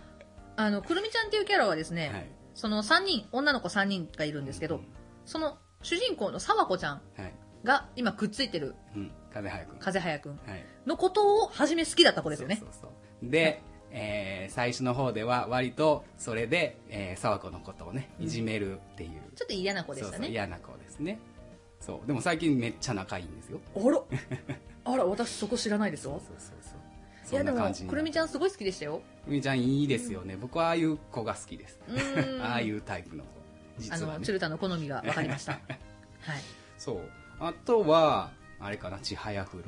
B: あの、くるみちゃんっていうキャラはですね、
A: はい
B: その3人、女の子3人がいるんですけど、その主人公の沢子ちゃん
A: はい、
B: が今くっついてる
A: うん、風早くん
B: 風早くん
A: はい
B: のことを初め好きだった子ですよね。
A: そうそうそうで、えー最初の方では割とそれで、えー、沢子のことをねいじめるっていう、
B: ちょっと嫌な子で
A: そ
B: し
A: う
B: た
A: そう
B: ね。
A: 嫌な子ですねそうでも最近めっちゃ仲いいんですよ
B: あら、あら、私そこ知らないですよ。
A: そうそうそう
B: い
A: そ
B: や
A: ん
B: で
A: な
B: も
A: 感じ、に
B: くるみちゃんすごい好きでしたよ。
A: くるみちゃんいいですよね僕はああいう子が好きです
B: うーん。
A: ああいうタイプの子実
B: あ
A: は
B: の、
A: ね
B: 鶴田の好みが分かり ました。はい。
A: そうあとはあれかな「ちはやふる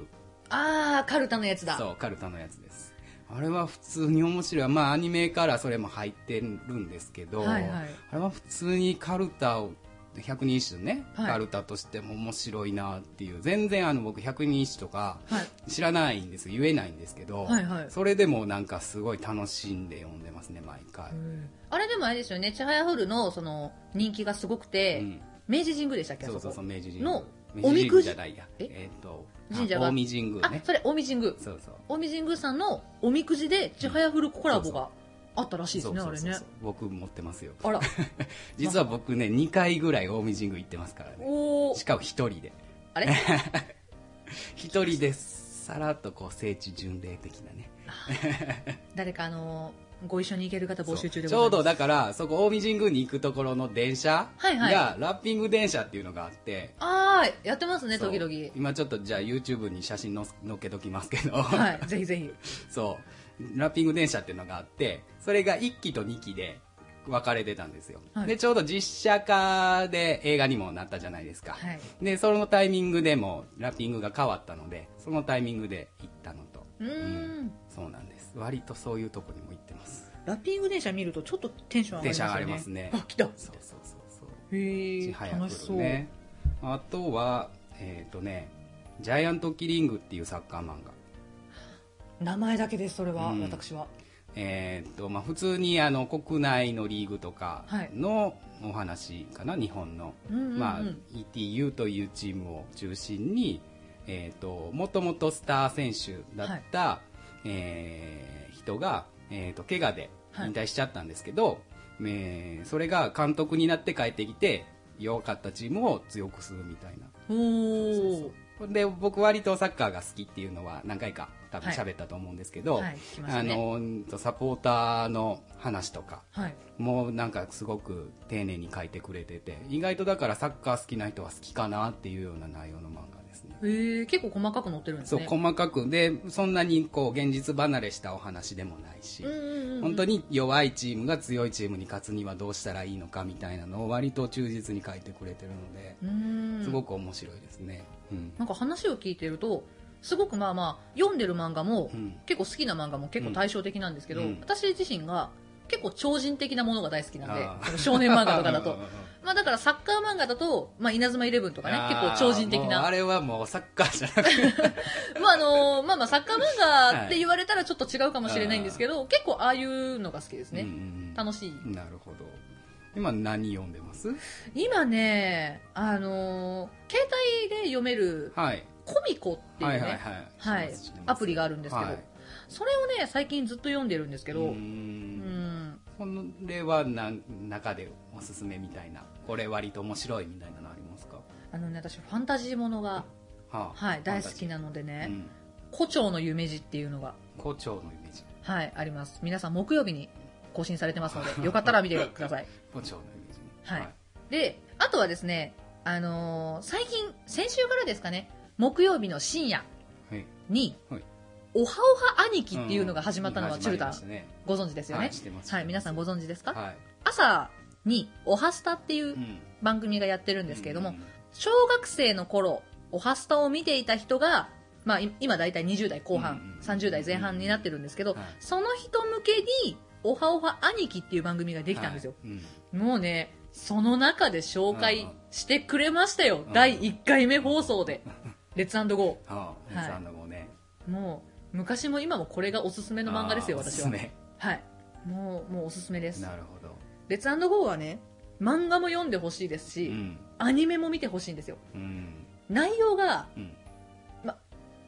B: あー、カルタのやつ」だ。
A: そうカルタのやつですあれは普通に面白いまあアニメからそれも入ってるんですけど、
B: はいはい
A: あれは普通にカルタを百人一首ね、
B: はい
A: カルタとしても面白いなっていう全然あの僕百人一首とか
B: はい。
A: 知らないんです言えないんですけど、
B: はいはい
A: それでもなんかすごい楽しんで読んでますね毎回、
B: あれでもあれですよね、ちはやふるのその人気がすごくて、
A: うん
B: 明治神宮でしたっけ、あ
A: そう
B: こ
A: そうそう明治神宮
B: の
A: 明治
B: お
A: 神
B: み
A: 宮
B: くじ
A: じゃないや
B: え
A: えっと
B: 神社
A: あ
B: が
A: 近江神宮
B: あ
A: ね
B: それ、近江神宮、
A: そうそう
B: 近江神宮さんのおみくじで、ちはやふるコラボがあったらしいですね、
A: そ
B: あ
A: う
B: れ
A: そうそうそ
B: ね
A: う。僕持ってますよ
B: あら、
A: 実は僕ね2回ぐらい近江神宮行ってますからね
B: お
A: し
B: ー、
A: かも1人で
B: あれ、
A: 一人でさらっとこう聖地巡礼的なね
B: 誰か、あのーご一緒に行ける方、募集中で
A: ちょうど
B: だ
A: だからそこ近江神宮に行くところの電車が、
B: はいはい
A: ラッピング電車っていうのがあって
B: あー、やってますね、
A: そう
B: 時々。
A: 今ちょっとじゃあ YouTube に写真ののっけときますけど、
B: はい、ぜひぜひ。
A: そうラッピング電車っていうのがあってそれが1期と2期で分かれてたんですよ、
B: はい
A: でちょうど実写化で映画にもなったじゃないですか、
B: はい
A: でそのタイミングでもラッピングが変わったのでそのタイミングで行ったのと
B: うーん、
A: そうなんです割とそういうとこにも行ってます
B: ラッピング電車見ると、ちょっとテンション上が
A: 電
B: ります
A: 車
B: よ
A: 上
B: ね。
A: がりますね
B: あ、来た。へ
A: そうそうそうそうちはや
B: ー、
A: く
B: 楽しそ
A: る
B: う。
A: ねあとはえっ、とね「ジャイアントキリング」っていうサッカー漫画
B: 名前だけです、それは、
A: うん
B: 私は。
A: えーっとまあ、普通にあの国内のリーグとかのお話かな、日本の、
B: うんうんうん
A: まあ、ETU というチームを中心に、えーっともともとスター選手だった、えー人が、えーっと怪我で
B: はい
A: 引退しちゃったんですけど、えーそれが監督になって帰ってきて弱かったチームを強くするみたいなそ
B: お
A: うそう
B: ー。
A: そうで僕割とサッカーが好きっていうのは何回か多分
B: はい
A: 喋ったと思うんですけど、
B: はい聞きまし
A: あ
B: たね
A: のうんとサポーターの話とか
B: はい。
A: もうなんかすごく丁寧に書いてくれてて意外とだからサッカー好きな人は好きかなっていうような内容の漫画ですね。
B: へえ結構細かく載ってるんです
A: そう
B: ね
A: 細かくでそんなにこう現実離れしたお話でもないし、
B: うんうんうん
A: 本当に弱いチームが強いチームに勝つにはどうしたらいいのかみたいなのを割と忠実に書いてくれてるので
B: う、ん
A: すごく面白いですね。うん
B: なんか話を聞いてるとすごくまあまあ読んでる漫画も、
A: うん
B: 結構好きな漫画も結構対照的なんですけど、
A: うん
B: 私自身が結構超人的なものが大好きなんで
A: あー
B: その少年漫画とかだ
A: う
B: と
A: んうんうん
B: まあだからサッカー漫画だと「まあ、稲妻イレブン」とかね結構超人的
A: あーもうあ
B: な
A: れはもうサッカーじゃなくて
B: まああのーまあまあサッカー漫画って言われたらちょっと違うかもしれないんですけど、結構ああいうのが好きですね、
A: うん
B: 楽しい
A: うんなるほど今何読んでます
B: 今ねあのー携帯で読める
A: はい
B: コミコっていう
A: は
B: ね、
A: いはいはい
B: はい
A: 知ってます知ってます
B: アプリがあるんですけど
A: はい
B: それをね最近ずっと読んでるんですけど、
A: うー
B: うんん
A: これはなん中でおすすめみたいなこれ割と面白いみたいなのありますか
B: あのね私ファンタジーものが、
A: は
B: はい、大好きなので
A: ね、う
B: ね
A: ん
B: 「胡蝶の夢路」っていうのが、
A: 校長のイメージ
B: はい、あります皆さん木曜日に更新されてま すのでよかったら見てください
A: 校長のイメージね
B: はいであとはですね、あのー最近先週からですかね木曜日の深夜
A: はい
B: に
A: はい
B: 「おはおは兄貴」っていうのが始まったのは、
A: うん
B: チュル
A: うん
B: タ
A: 始まりまし
B: ご存知ですよ
A: はい
B: ね
A: 知ってます
B: はい、皆さんご存知です
A: た
B: か
A: ねはい
B: 朝に「おはスタ」っていう
A: うん
B: 番組がやってるんですけれども、
A: うん
B: 小学生の頃おはスタを見ていた人が、まあ、い今大体20代後
A: うんうんう
B: 半、
A: ん
B: 30代前半になってるんですけど、
A: はい
B: その人向けに「おはおは兄貴」っていう番組ができたんですよ、
A: はいうん
B: もうねその中で紹介してくれましたよ、
A: うん
B: 第1回目放送で「レッツゴ
A: あ
B: い
A: あ、さんのもね。
B: ー」もう昔も今もこれがおすすめの漫画ですよ
A: ああ
B: 私
A: お
B: は、
A: すす
B: はいもうもうおすすめで
A: め
B: す
A: なるほど。
B: 「レッツゴー」はね漫画も読んでほしいですし、
A: うん。
B: アニメも見てほしいんですよ
A: うん。
B: 内容が
A: うん。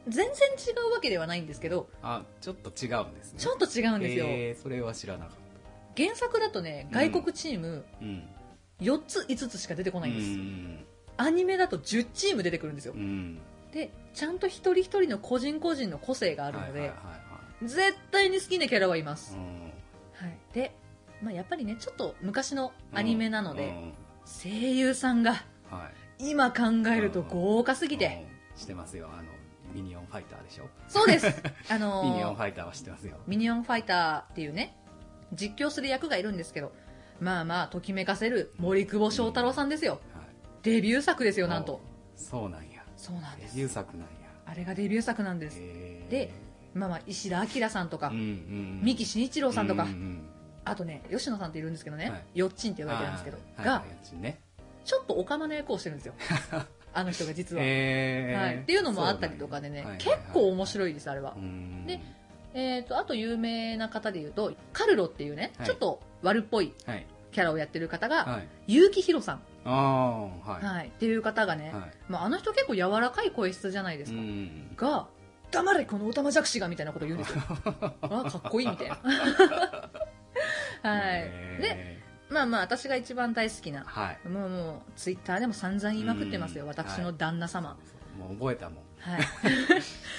B: 全然違うわけではないんですけど
A: あ、ちょっと違うんですね。
B: ちょっと違うんですよ、
A: えーそれは知らなかっ
B: 原作だとね外国チーム
A: た。うん。
B: 4つ5つしか出てこないんです、
A: うん。
B: アニメだと10チーム出てくるんですよ、
A: うん。
B: でちゃんと一人一人の個人個人の個性があるので、
A: はいはいは
B: 絶対に好きなキャラはいま
A: い
B: す、
A: はい。
B: はい、で、まあ、やっぱりねちょっと昔のアニメなので、
A: うんうん
B: 声優さんが
A: はい。
B: 今考えると豪華すぎて、
A: うんしてますよ。あの、ミニオンファイターでしょ。
B: そう ですあのー
A: ミニオンファイターはしてますよ。
B: ミニオンファイターっていうね実況する役がいるんですけどまあまあときめかせる森久保祥太郎さんですよ
A: はい。
B: デビュー作ですよなんと
A: そうなんや。
B: そうなん
A: デ
B: です
A: ビュー作なんや。
B: あれがデビュー作なんです、
A: へー
B: で、まあまあ石田明さんとか、
A: うんうん。
B: 三木慎一郎さんとか、
A: ううん
B: あとね吉野さんっているんですけどね、
A: はい
B: よっちんって
A: う
B: 呼
A: ん
B: ばれてるんですけど、
A: はい
B: が、
A: はいやつね。
B: ちょっとオカマの役をしてる んですよあの人が実は、
A: えー
B: はい、っていうのもあったりとかでね、結構面白いですあれは、
A: い
B: で、えー、とあと有名な方でいうとカルロっていうね、
A: はい
B: ちょっと悪っぽい
A: はい、
B: キャラをやってる方が、
A: はい、
B: 結城ひろさん、
A: ああ、はい、
B: はい、っていう方がね、
A: は
B: まあ、あの人結構柔らかい声質じゃないです
A: い、う
B: か、
A: ん、
B: が黙れこのおたまじゃくしがみたいなこと言うん ですよあかっこいいみたいなはい、で
A: え
B: まあまあ私が一番大好き
A: ー、
B: な
A: はい、
B: もうもうツイッターでも散々言いまくってますよ
A: うん
B: 私の旦那様
A: もう覚えたもん、
B: はい、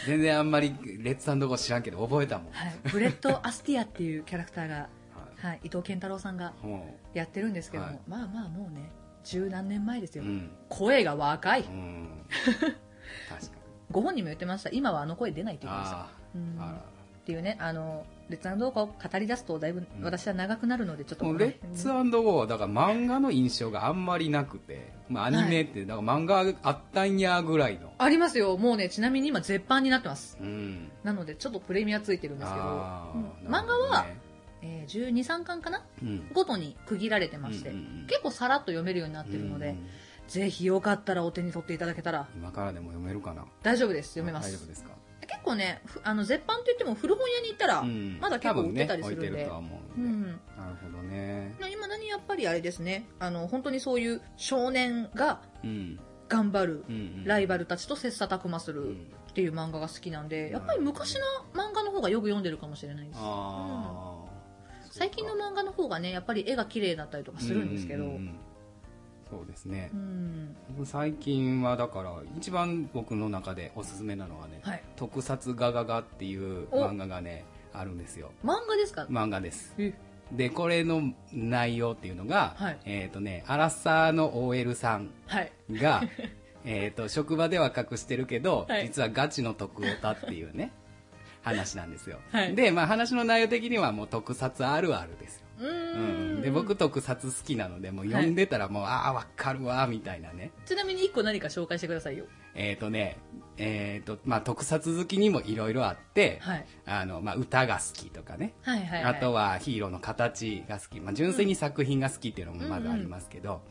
A: 全然あんまりレッツゴー知らんけど覚えたもん、
B: はい、ブレッド・アスティアっていうキャラクターが、
A: は
B: はい、伊藤健太郎さんが
A: い、も
B: やってるんですけども、
A: はい
B: まあまあもうね十何年前です
A: う、
B: よ、
A: うん、
B: 声が若い
A: うん、 確かに、
B: ご本人も言ってました今はあの声出ないって言ってました
A: あ
B: うん
A: あ、あ
B: っていうねあのレッツゴーを語り出すとだいぶ
A: ん
B: 私は長くなるのでちょっと
A: ら、もう
B: この
A: レ
B: 辺
A: ッツゴーだから漫画の印象があんまりなくて、まあアニメってだから漫画あったんやぐらいの、
B: ありますよもうねちなみに今絶版になってます
A: うん、
B: なのでちょっとプレミアついてるんですけど、
A: あー
B: うん漫画
A: な
B: は、
A: る
B: えー、1 2 3巻かな
A: ほどねうん、
B: ごとに区切られてまして、
A: うんうんうん
B: 結構さらっと読めるようになってるので、
A: うん
B: ぜひよかったらお手に取っていただけたら
A: 今からでも読めるかな
B: 大丈夫です読めま
A: 大
B: す
A: 丈夫ですか
B: 結構ねふあの絶版といっても古本屋に行ったら、
A: うん
B: まだ結構
A: 多
B: 売っ
A: 分
B: て
A: ね
B: たりするんで
A: 置いてるとは思う
B: うん
A: で、
B: ん
A: なるほどね
B: いまだにやっぱりあれですねあの本当にそういう少年が
A: うん
B: 頑張る
A: うんうん
B: ライバルたちと切磋琢磨す
A: う
B: る
A: ん
B: っていう漫画が好きなんでやっぱり昔の漫画の方がよく読んでるかもしれないです
A: ああ
B: 最近の漫画の方がねやっぱり絵が綺麗だったりとかするんですけど
A: うう
B: うん
A: そうですね
B: ん
A: 最近はだから一番僕の中でおすすめなのはね
B: はい
A: 「特撮ガガガ」っていう漫画がねあるんですよ
B: 漫画ですか
A: 漫画です
B: え
A: でこれの内容っていうのが、
B: はい
A: えっ、とねアラサーの OL さん
B: はい
A: が、 えー、と職場では隠してるけど、
B: はい
A: 実はガチの徳オタっていうね 話なんですよ、
B: はい
A: で、まあ、話の内容的にはもう特撮あるあるですよ、う
B: う
A: ん
B: ーん
A: で僕特撮好きなのでもう読んでたらもう、ああわかるわみたいなね
B: ちなみに一個何か紹介してくださいよ
A: えっ、とねえっ、とまあ特撮好きにもいろいろあって、
B: はい
A: あのまあ、歌が好きとかね
B: はいはい
A: あとはヒーローの形が好き、まあ、純粋に作品が好きっていうのもまずありますけど、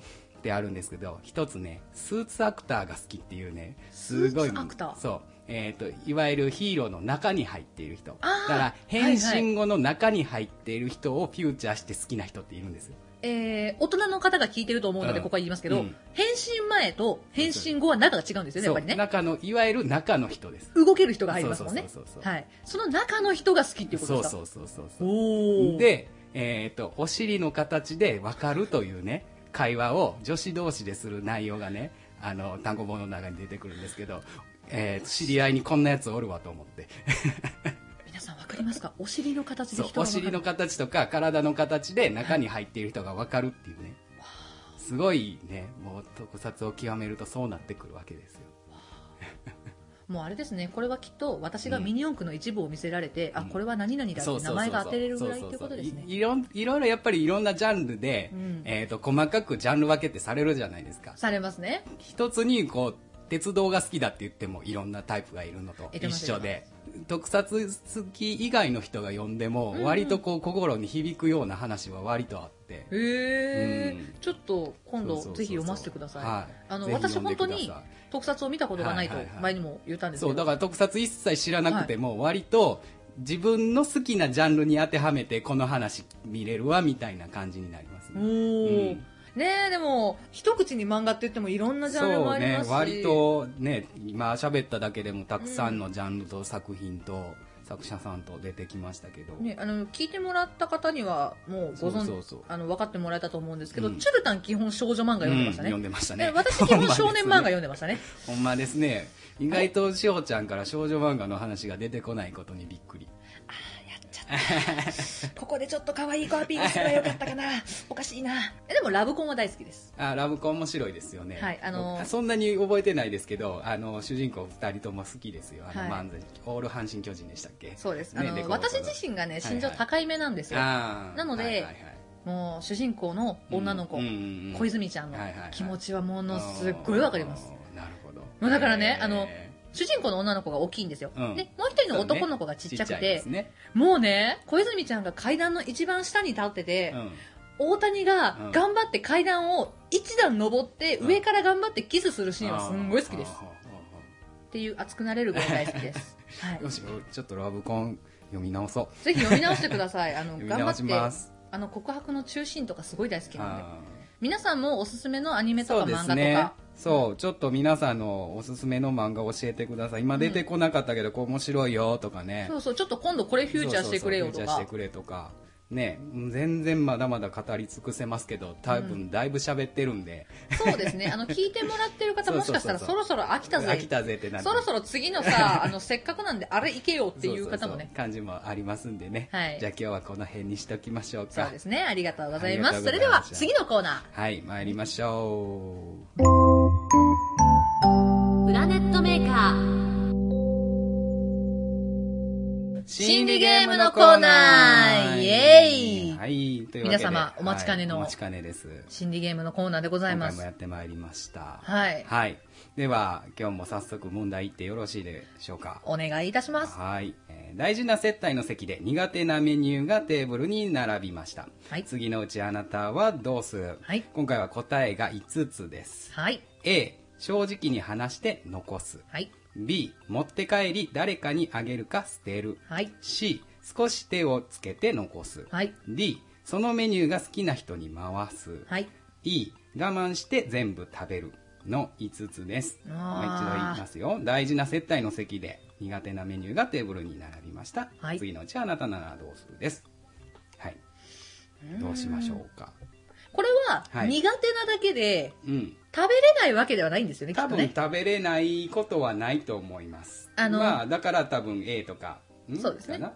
A: であるんですけど一つねスーツアクターが好きっていうねすごい
B: スーツアクター
A: そうえー、といわゆるヒーローの中に入っている人
B: あ
A: だ
B: ー
A: から変身後の中に入っている人をフューチャーして好きな人っているんですよ、
B: えー大人の方が聞いてると思うので
A: うん
B: ここは言いますけ
A: う
B: ど
A: ん
B: 変身前と変身後は中が違うんですよねや
A: そ
B: っぱ
A: う
B: りね
A: 中のいわゆる中の人です
B: 動ける人が入りますもんね
A: そうそうそうそう
B: はいその中の人が好きっていうこと
A: そ
B: で
A: う
B: すか
A: そうそうそうそう
B: おお
A: で、えー、とお尻の形で分かるというね会話を女子同士でする内容がねあの単語本の中に出てくるんですけど、えー知り合いにこんなやつおるわと思って
B: 皆さんわかりますかお尻の形で
A: そう
B: 人
A: お
B: がわかる
A: 尻の形とか体の形で中に入っている人が分かるっていうねすごいねもう特撮を極めるとそうなってくるわけですよ
B: もうあれですねこれはきっと私がミニ四駆の一部を見せられて、あ
A: うん
B: これは何々だっ
A: そ
B: て
A: うそうそうそう
B: 名前が当てれるぐらいということです
A: そ
B: ね
A: うそうそういいろんいろいろやっぱりいろんなジャンルで、
B: うん
A: えー、と細かくジャンル分けってされるじゃないですか
B: されますね
A: 一つにこう鉄道が好きだって言ってもいろんなタイプがいるのと
B: え
A: 一緒で特撮好き以外の人が呼んでも
B: うん
A: 割とこう心に響くような話は割とあって、
B: へえ、
A: うん
B: ちょっと今度
A: そうそうそうそう
B: ぜひ読ませてください
A: はい
B: あの
A: ぜひ
B: 私
A: 読ん
B: 本
A: でく
B: 当
A: ださい
B: に特撮を見たことがないと
A: はいはいはい
B: 前にも言ったんですけ
A: そ
B: ど、
A: うだから特撮一切知らなくても割と自分の好きなジャンルに当てはめてこの話見れるわみたいな感じになります
B: お
A: ね
B: ー
A: うん
B: ねえでも一口に漫画って言ってもいろんなジャンルも
A: そ
B: あ
A: う
B: りま
A: ね
B: すし
A: 割とね今喋っただけでもたくさんのジャンルと作品と、作者さんと出てきましたけど、
B: ね、あの聞いてもらった方にはもうご存知
A: そうそうそう
B: あの分かってもらえたと思うんですけど、
A: うん
B: チュルタン基本少女漫画読んでましたね,、
A: うん読んでましたね
B: で私基本少年漫画読んでましたね
A: ほんまですね意外としほちゃんから少女漫画の話が出てこないことにびっくり
B: ここでちょっと可愛い子アピールすればよかった かなおかしいなえでもラブコンは大好きです
A: あラブコン面白いですよね、
B: はいあのー
A: 僕そんなに覚えてないですけどあの主人公2人とも好きですよあの、
B: はい
A: 漫才オール阪神・巨人でしたっけ
B: そうです、
A: ね
B: あ
A: でこ
B: の
A: う
B: 私自身がね身長高いめなんですよ、
A: あー
B: なので
A: はいはいはい
B: もう主人公の女の子、
A: うんうんうん
B: 小泉ちゃんの
A: はいはいはい
B: 気持ちはものすっごいわかります
A: あーなるほど
B: もうだからね
A: へー
B: あの主人公の女の子が大きいんですよ、
A: うん
B: でもう一人の男の子がちっちゃく
A: い
B: て
A: ですね
B: もうね小泉ちゃんが階段の一番下に立ってて、
A: うん
B: 大谷が
A: うん
B: 頑張って階段を一段登って
A: うん
B: 上から頑張ってキスするシーンはすんごい好きです
A: あーあーあー
B: っていう熱くなれるぐらい大好き です、はい
A: よ、し、ちょっとラブコン読み直そう。
B: ぜひ読み直してくださいあの
A: 読み
B: 頑張
A: 直
B: っ
A: してます。
B: あの告白の中心とかすごい大好きなんで
A: あ
B: 皆さんもおすすめのアニ
A: ー
B: メと
A: そう
B: か
A: で
B: 漫画と
A: す
B: か、
A: ね。そう、ちょっと皆さんのおすすめの漫画教えてください。今出てこなかったけど、こう面白いよとかね。
B: そうそうちょっと今度これフューチャーしてくれよと
A: そう
B: か
A: そうそうフューチャーしてくれとか。ね、全然まだまだ語り尽くせますけど、多分だいぶ喋ってるんで、
B: そうですねあの聞いてもらってる方もしかしたら
A: そう
B: そ
A: そ
B: ろそろ飽きたぜ
A: 飽きたぜってなって。
B: そろそろ次のさあのせっかくなんであれ行けよっていう方もね
A: そうそうそう感じもありますんでね。
B: はい
A: じゃあ今日はこの辺にしておきましょう
B: そう
A: か
B: で。すねありがとうございます
A: ありがとうご
B: そ
A: ざ
B: れ
A: い
B: では
A: ます
B: 次のコーナ
A: はい、参りましょう。
B: ープラネットメーカー心理ゲームのコーナーイエーイ
A: はい、というわけで
B: 皆様お待ちかねの
A: はいお待ちかねです。
B: 心理ゲームのコーナーでござい
A: 今
B: ま
A: 回
B: す
A: もやってまいりました。
B: はい
A: はい。では、今日も早速問題いってよろしいでしょうか。
B: お願いいたします
A: はい、えー大事な接待の席で苦手なメニューがテーブルに並びました。
B: はい
A: 次のうちあなたはどうする、
B: はい
A: 今回は答えが5つです。
B: はい
A: A、正直に話して残す。
B: はい
A: B、持って帰り誰かにあげるか捨てる。
B: はい
A: C 少し手をつけて残す、
B: はい
A: D そのメニューが好きな人に回す、
B: はい
A: E 我慢して全部食べるの5つです
B: あー
A: もう一度言いますよ大事な接待の席で苦手なメニューがテーブルに並びました、
B: はい
A: 次のうちあなたならどうするですはいどうしましょうか
B: これは
A: はい
B: 苦手なだけで
A: うん
B: 食べれないわけではないんですよねき
A: 多
B: っと
A: 分
B: ね
A: 食べれないことはないと思います。
B: あの
A: まあ、だから多分 A とか、ん
B: そうですね
A: かな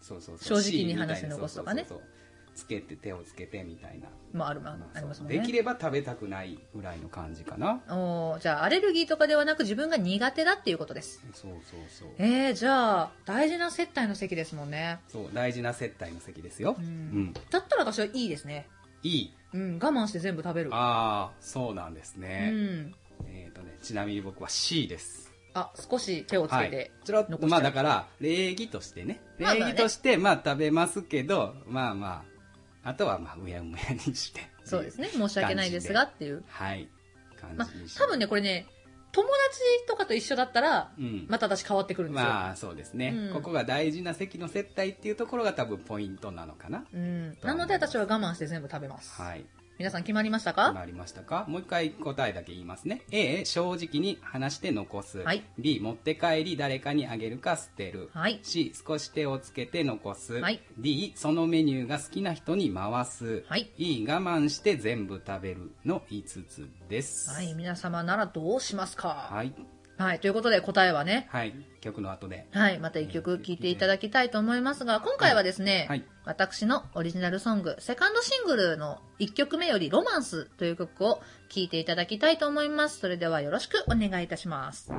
A: そうそうそう
B: 正直
A: C み
B: に
A: たいな
B: 話して残すとかね
A: そうそうそうつけて、手をつけてみたいな。
B: まああるま
A: まあ
B: あります
A: そ
B: も
A: うんでき
B: ね
A: れば食べたくないぐらいの感じかな。
B: おーじゃあアレルギーとかではなく自分が苦手だっていうことです
A: そうそうそう。
B: えー、じゃあ大事な接待の席ですもんね
A: そう、大事な接待の席ですよ。
B: う
A: うんん。
B: だったら私はいいですね
A: E。
B: うん我慢して全部食べる
A: ああ、そうなんです
B: う
A: ね。
B: ん
A: えっ、とね、ちなみに僕は C です。
B: あ少し手をつけて
A: ちょろっ
B: 残しち
A: と
B: ゃう
A: まあだから礼儀としてね
B: まあまあ
A: 礼
B: ね
A: 儀としてまあ食べますけどまあまああとはまあうやむやにして
B: そうですね申し訳ないですがっていう
A: はい感
B: まあ
A: じにして、
B: 多分ねこれね友達とかと一緒だったら
A: うん
B: また私変わってくるんですよ、
A: まあそうですね、
B: うん
A: ここが大事な席の接待っていうところが多分ポイントなのかな
B: うん、なので私は我慢して全部食べます、
A: はい
B: 皆さん決まりましたか、
A: なりましたかもう一回答えだけ言いますね A 正直に話して残す、
B: はい
A: B 持って帰り誰かにあげるか捨てる、
B: はい
A: C 少し手をつけて残す、
B: はい
A: D そのメニューが好きな人に回す、
B: はい
A: E 我慢して全部食べるの5つです
B: はい、皆様ならどうしますか
A: はい、
B: はい、ということで答えはね、
A: はい曲の後で
B: はい、また一曲聴いていただきたいと思いますが、今回はですね、
A: はいはい
B: 私のオリジナルソング、セカンドシングルの1曲目よりロマンスという曲を聴いていただきたいと思います。それではよろしくお願いいたします。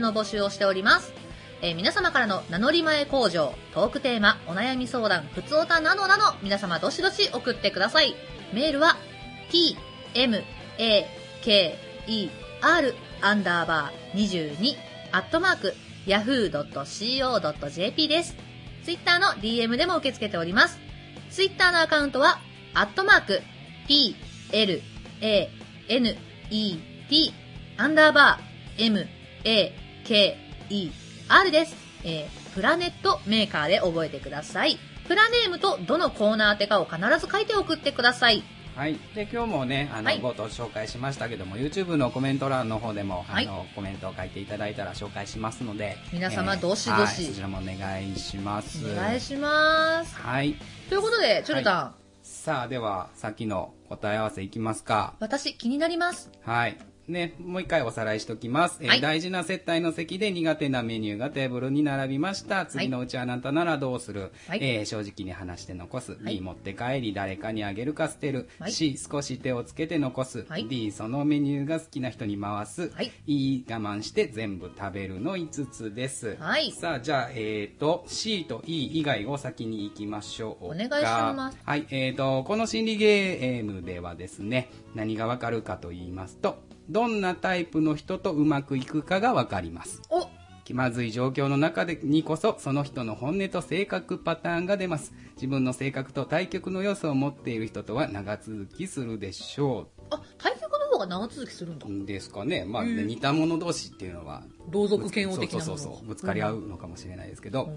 B: の募集をしております。えー皆様からの名乗り前工場、トークテーマ、お悩み相談、普通おたなどなど、皆様どしどし送ってください。メールは、t, m, a, k, e, r, アンダーバー22、アットマーク、yahoo.co.jp です。ツイッターの DM でも受け付けております。ツイッターのアカウントは、アットマーク、p, l, a, n, e, t, アンダーバー、m, a, k, e, r です。えープラネットメーカーで覚えてください。プラネームとどのコーナー宛てかを必ず書いて送ってください。
A: はい、で今日もねあの、
B: はい
A: ごと紹介しましたけども YouTube のコメント欄の方でも、
B: はい
A: あのコメントを書いていただいたら紹介しますので
B: 皆様どしど
A: は
B: し
A: いそちらもお願いします
B: お願いします。
A: はい
B: ということで、チョルタン、
A: さあではさっきの答え合わせいきますか
B: 私気になります。
A: はいね、もう一回おさらいしておきます、えー
B: はい
A: 大事な接待の席で苦手なメニューがテーブルに並びました次のうちあなたならどうする、
B: はい
A: えー正直に話して残す、
B: い
A: B 持って帰り誰かにあげるか捨てる、
B: はい
A: C 少し手をつけて残す、
B: はい
A: D そのメニューが好きな人に回す、
B: はい
A: E 我慢して全部食べるの5つです、
B: はい
A: さあじゃあ、えー、と C と E 以外を先に行きましょう
B: お願いします
A: はい、えー、と、この心理ゲームではですね、何がわかるかと言いますと、どんなタイプの人とうまくいくかがわかります。
B: お
A: 気まずい状況の中でにこそ、その人の本音と性格パターンが出ます。自分の性格と対極の要素を持っている人とは長続きするでしょ
B: あ、対局の方が長続きするんだ
A: う。。んですかね。まあ、
B: うん
A: 似た者同士っていうのは、
B: 同族嫌悪的なもの
A: そうそうそうそう、ぶつかり合うのかもしれないですけど、
B: うん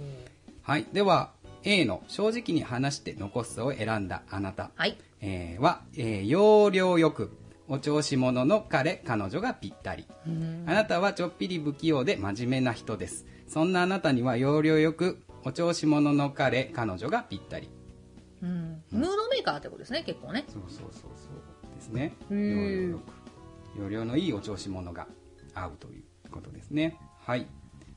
A: はい、では、A の正直に話して残すを選んだあなた。
B: はい。
A: えーは、えー要領よくお調子者の彼彼女がぴったり
B: うん
A: あなたはちょっぴり不器用で真面目な人ですそんなあなたには要領よくお調子者の彼彼女がぴったり
B: うんムードメーカーってことですね、結構ね。
A: そうそうそうそうですね
B: う
A: 要
B: ん
A: 領よく要領のいいお調子者が合うということですねはい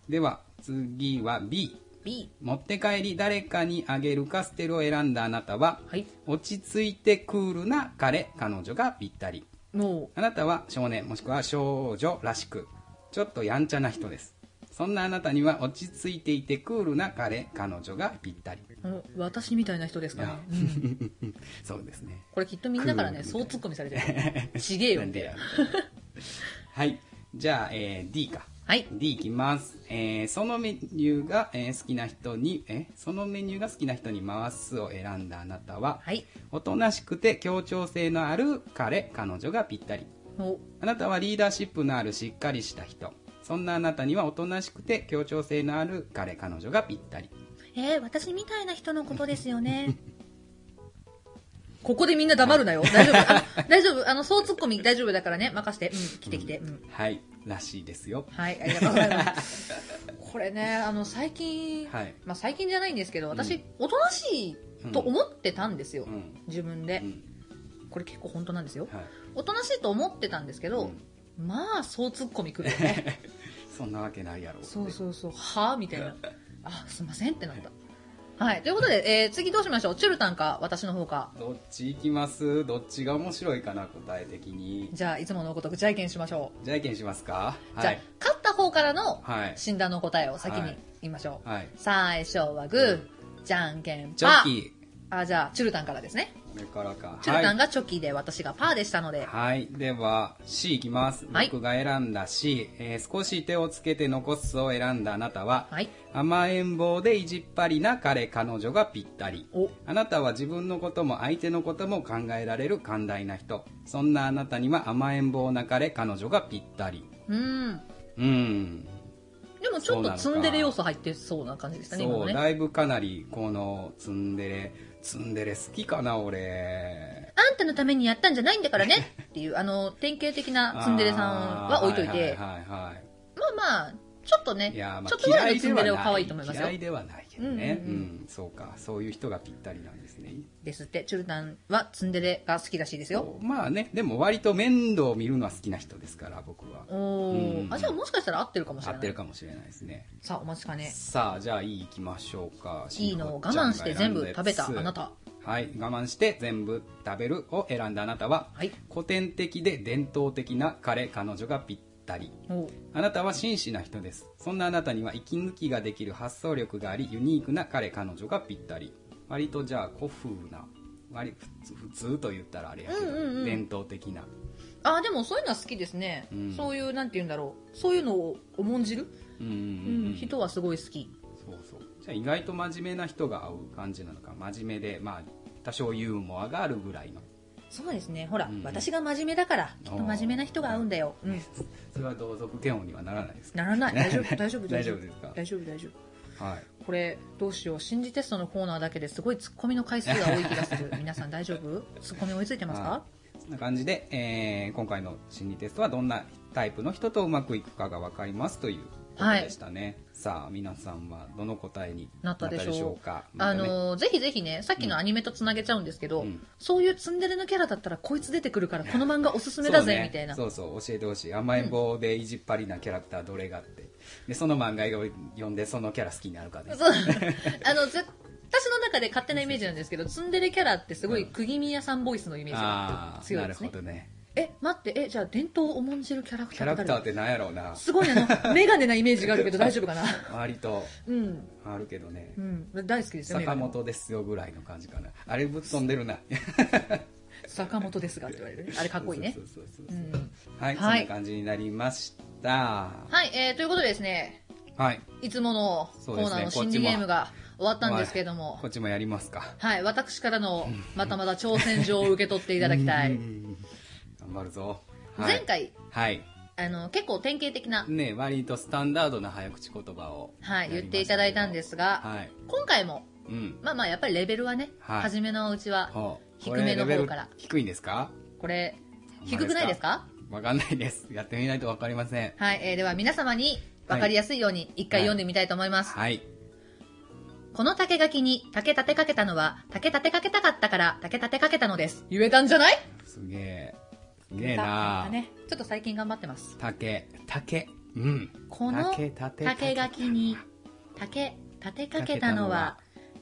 A: では次は B
B: B。
A: 持って帰り誰かにあげるカステルを選んだあなたは
B: はい。
A: 落ち着いてクールな彼彼女がぴったり
B: の、
A: あなたは少年もしくは少女らしくちょっとやんちゃな人ですそんなあなたには落ち着いていてクールな彼彼女がぴったり
B: うん私みたいな人ですかね。
A: い
B: うん
A: そうですね
B: これきっとみんな からね、
A: クール
B: そうツッコミされてる。ちげえよ
A: な
B: っ
A: んで
B: て
A: や。はいじゃあ、えー D か
B: はい。
A: D いきます、えーそのメニューが、えー好きな人にえそのメニューが好きな人に回すを選んだあなたは、
B: はい。
A: おとなしくて協調性のある彼彼女がぴったり
B: の、
A: あなたはリーダーシップのあるしっかりした人そんなあなたにはおとなしくて協調性のある彼彼女がぴったり
B: えー、私みたいな人のことですよね。 ここでみんな黙 るなよ。大丈夫。あの大丈夫。あの、そうツッコミ大丈夫だからね。任せて。うん、来て来て。うん。
A: はいらしいですよ
B: はい、ありがとうござい ます。これね、あの、最近、
A: はい
B: まあ最近じゃないんですけど、
A: う
B: 私、おとなしいと思ってたんですよ。
A: うん
B: 自分
A: う
B: で。
A: ん
B: これ結構本当なんですよ。
A: はい
B: おとなしいと思ってたんですけど、
A: うん
B: まあ、そうツッコミくるよね。
A: そんなわけないやろ
B: そう
A: う
B: そうそう。はあみたいな。あ、すいませんってなった。はい。ということで、えー次どうしましょうチュルタンか、私の方か。
A: どっちいきますどっちが面白いかな答え的に
B: じゃあ、いつものごとく、じゃんけんしましょ
A: じゃんけんしますか
B: う。じゃ
A: は
B: あ
A: い、
B: 勝った方からの
A: はい
B: 診断の答えを先
A: は
B: に
A: い
B: 言いましょう。
A: はい
B: 最初はグー、じゃんけん
A: チョ
B: パー。
A: キ
B: あ、じゃあ、チュルタンからですね。
A: これからか
B: チュルタン
A: はい
B: がチョキで、私がパーでしたので。
A: はい、では C いきます、
B: はい
A: 僕が選んだ C、えー少し手をつけて残すを選んだあなたは、
B: はい。
A: 甘えん坊で意地っぱりな彼彼女がぴったり
B: お、
A: あなたは自分のことも相手のことも考えられる寛大な人そんなあなたには甘えん坊な彼彼女がぴったり
B: うん。
A: うん
B: でもちょっとツンデレ要素入ってそうな感じでしたね、今
A: そ
B: の
A: う、
B: ね。
A: だいぶかなりこのツンデレツンデレ好きかな俺
B: あんたのためにやったんじゃないんだからねっていう、あの、典型的なツンデレさんは置いといて、
A: あーはいはいはい、はい
B: まあまあ、ちょっとね、
A: いやーま
B: ちょっ
A: あ
B: とぐら
A: 嫌
B: い
A: い
B: のツ
A: で
B: ン
A: はな
B: デレ
A: い
B: は可愛いと思いますよ
A: 嫌い。ではないけどねう
B: う
A: んん
B: うんうん
A: そうかそういう人がぴったりなんですね
B: ですって、チュルタンはツンデレが好きらしいですよ。
A: まあねでも割と面倒を見るのは好きな人ですから僕は
B: おー、
A: うん
B: あ、じゃあもしかしたら合ってるかもし
A: 合
B: れ
A: って
B: な
A: る
B: い。
A: かもしれないですね
B: さあ、お待ちかね。
A: さあじゃあいい行きましょうか
B: いいのを我慢して全部食べたあなた。
A: はい我慢して全部食べるを選んだあなたは、
B: はい
A: 古典的で伝統的な彼彼女がぴったり
B: お
A: あなたは紳士な人ですそんなあなたには息抜きができる発想力がありユニークな彼彼女がぴったり割とじゃあ古風な割普通普通と言ったらあれやけど、
B: うんうんうん
A: 伝統的な、
B: あでもそういうのは好きですね、
A: うん
B: そういうなんて言うんだろうそういうのを重んじる、
A: うんうん
B: う
A: うん
B: ん
A: うん
B: 人はすごい好き
A: そうそうじゃあ意外と真面目な人が合う感じなのか真面目でまあ多少ユーモアがあるぐらいの
B: そうですねほら、
A: うん
B: 私が真面目だからきっと真面目な人が合うんだよ、うん、
A: それは同族嫌悪にはならないですか
B: ならない大丈夫大丈 夫
A: 大丈夫ですか
B: 大丈夫大丈夫
A: はい
B: これどうしよう心理テストのコーナーだけですごいツッコミの回数が多い気 がする皆さん大丈夫ツッコミ追いついてますか、
A: はそんな感じで、えー今回の心理テストはどんなタイプの人とうまくいくかが分かりますということでしたね、さあ皆さんはどの答えにな
B: なっ
A: ったたで
B: でしょう
A: しょうか
B: あ
A: またね
B: のーぜひぜひねさっきのアニメとつなげちゃうんですけど、
A: うん
B: そういうツンデレのキャラだったらこいつ出てくるからこの漫画おすすめ だ
A: そう
B: ぜ、
A: ね
B: みたいな
A: そうそう教えてほしい甘えん坊で意地っ張りなキャラクターどれがあってでその漫画を読んでそのキャラ好きになるかね
B: そうあのぜ私の中で勝手なイメージなんですけどツンデレキャラってすごい
A: うん
B: 釘宮さんボイスのイメージ
A: あ
B: が
A: あー
B: 強い
A: な
B: で
A: る
B: す
A: ほ
B: ね
A: どね
B: え待ってえじゃあ伝統を重んじるキャラク
A: キ
B: タ
A: ャ
B: ー
A: ラ
B: って
A: ク
B: 誰だ
A: ターってなんやろうな
B: すごいあの眼鏡なイメージがあるけど大丈夫かな
A: 割と
B: うん
A: あるけどね
B: うん大好きですよ
A: 坂
B: 眼鏡
A: 本ですよぐらいの感じかなあれぶっ飛んでるな
B: 坂本ですがって言われるねあれかっこいいね
A: そうそうそう
B: う
A: そうんはい、
B: はい
A: そんな感じになりました。
B: はい、えーということでですね
A: はい、
B: いつものコーナーの
A: そうですね
B: 心
A: こっち
B: 理
A: も
B: ゲームが終わったんですけれども
A: こっちもやりますか。
B: はい、私からのまたまた挑戦状を受け取っていただきた
A: うんうん
B: い
A: うん。頑張るぞ。はい、
B: 前回
A: はい。
B: あの結構典型的な、
A: ね、割とスタンダードな早口言葉を、
B: はい、言っていただいたんですすが、
A: はい。
B: 今回も
A: うん。
B: まあまあやっぱりレベルはね、
A: はい
B: 初めのうちは
A: ほう
B: 低めの
A: これレベル
B: 方から
A: 低いんですか
B: これ低くないですか
A: わかんないです。やってみないとわかりません。
B: はい、えーでは皆様に分かりやすいように一回読んでみたいと思います、
A: はい。
B: この竹垣に竹立てかけたのは竹立てかけたかったから竹立てかけたのです言えたんじゃない
A: すげえ。すげえな
B: だねちょっと最近頑張ってます
A: 竹、竹。うん。
B: この
A: 竹、竹、
B: 竹垣に竹立てかけたのは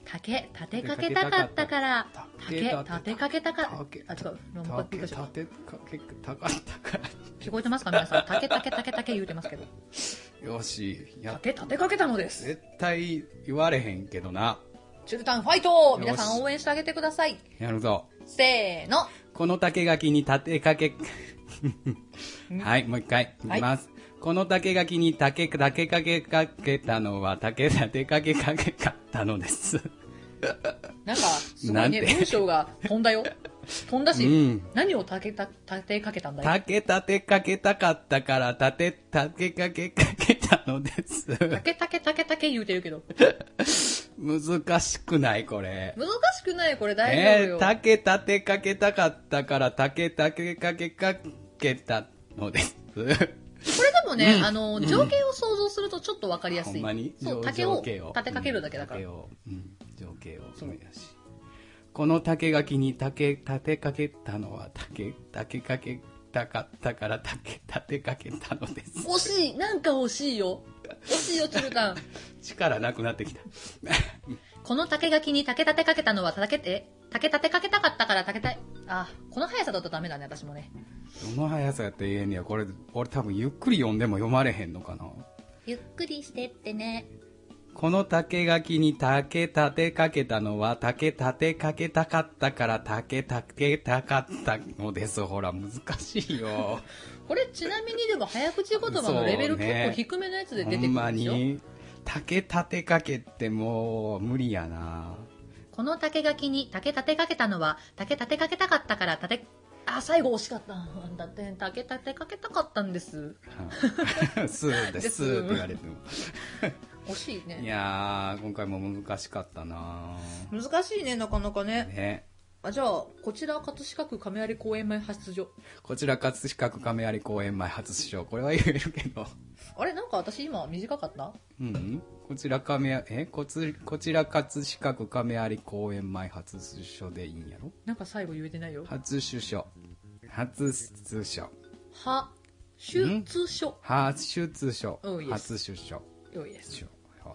B: 竹立てかけたかったから竹立てかけたか
A: 竹
B: あ違うロングバック
A: 竹、
B: でしょ
A: 竹、竹、高ったか
B: 聞こえてますか皆さん竹竹竹竹言うてますけど
A: ら。 よし、やっ
B: 竹立てかけたのです
A: 絶対言われへんけどな
B: チュルタンファイト皆さん応援してあげてください
A: やるぞ
B: せーの
A: この竹垣に立てか けはいもう一回い
B: はい
A: きます、この竹垣に竹立てかけかけたのは竹立てかけかけかったのです
B: なんかすご
A: ないん
B: ね
A: て
B: 文章が飛んだよ飛んだし、
A: うん
B: 何を竹た立てかけたんだよ
A: 竹立てかけたかったから立て立てかけかけたのです
B: 竹竹竹竹言うてるけど
A: 難しくないこれ
B: 難しくないこれ大
A: え
B: 丈夫よ、
A: ー、竹立てかけたかったから竹立てかけかけたのです
B: これでもね、あの情景を想像するとちょっとわかりやす
A: ほ
B: い、
A: んまに
B: そ
A: 情
B: う竹
A: 情
B: を
A: 景
B: 立てかけるだけだから、
A: うん竹を、うん情景を思い出しこの竹垣に竹立てかけたのは竹立てかけたかったから竹立てかけたのです
B: 惜しいなんか惜しいよ惜しいよ鶴たん
A: 力なくなってきた
B: この竹垣に竹立てかけたのは竹え竹立てかけたかったから竹たあこの速さだとダメだね私もね
A: どの速さやって言えんねやこれ俺多分ゆっくり読んでも読まれへんのかな
B: ゆっくりしてってね
A: この竹垣に竹立てかけたのは竹立てかけたかったから竹立てたかったのですほら難しいよ
B: これちなみにでも早口言葉のレベ
A: そ
B: ル
A: う
B: 結
A: ね
B: 構低めのやつで出てく
A: ほ
B: る
A: ん
B: ん
A: ま
B: ですよ、
A: に竹立てかけってもう無理やな
B: この竹垣に竹立てかけたのは竹立てかけたかったから立てあ最後惜しかったなんだって竹立てかけたかったんです
A: うんスーで
B: です
A: スーって言われても
B: 惜しいね
A: いやー今回も難しかったな
B: 難しいねなかなかね
A: ね
B: あじゃあこちら葛飾区亀有公園前発出所
A: こちら葛飾区亀有公園前初出場これは言えるけど
B: あれなんか私今短かった
A: うんこちら亀有えこつこちら葛飾区亀有公園前初出所でいいんやろ
B: なんか最後言えてないよ
A: 初出所初出所
B: は出所
A: 初出所
B: おうイエス
A: 初出所
B: よいです
A: 出所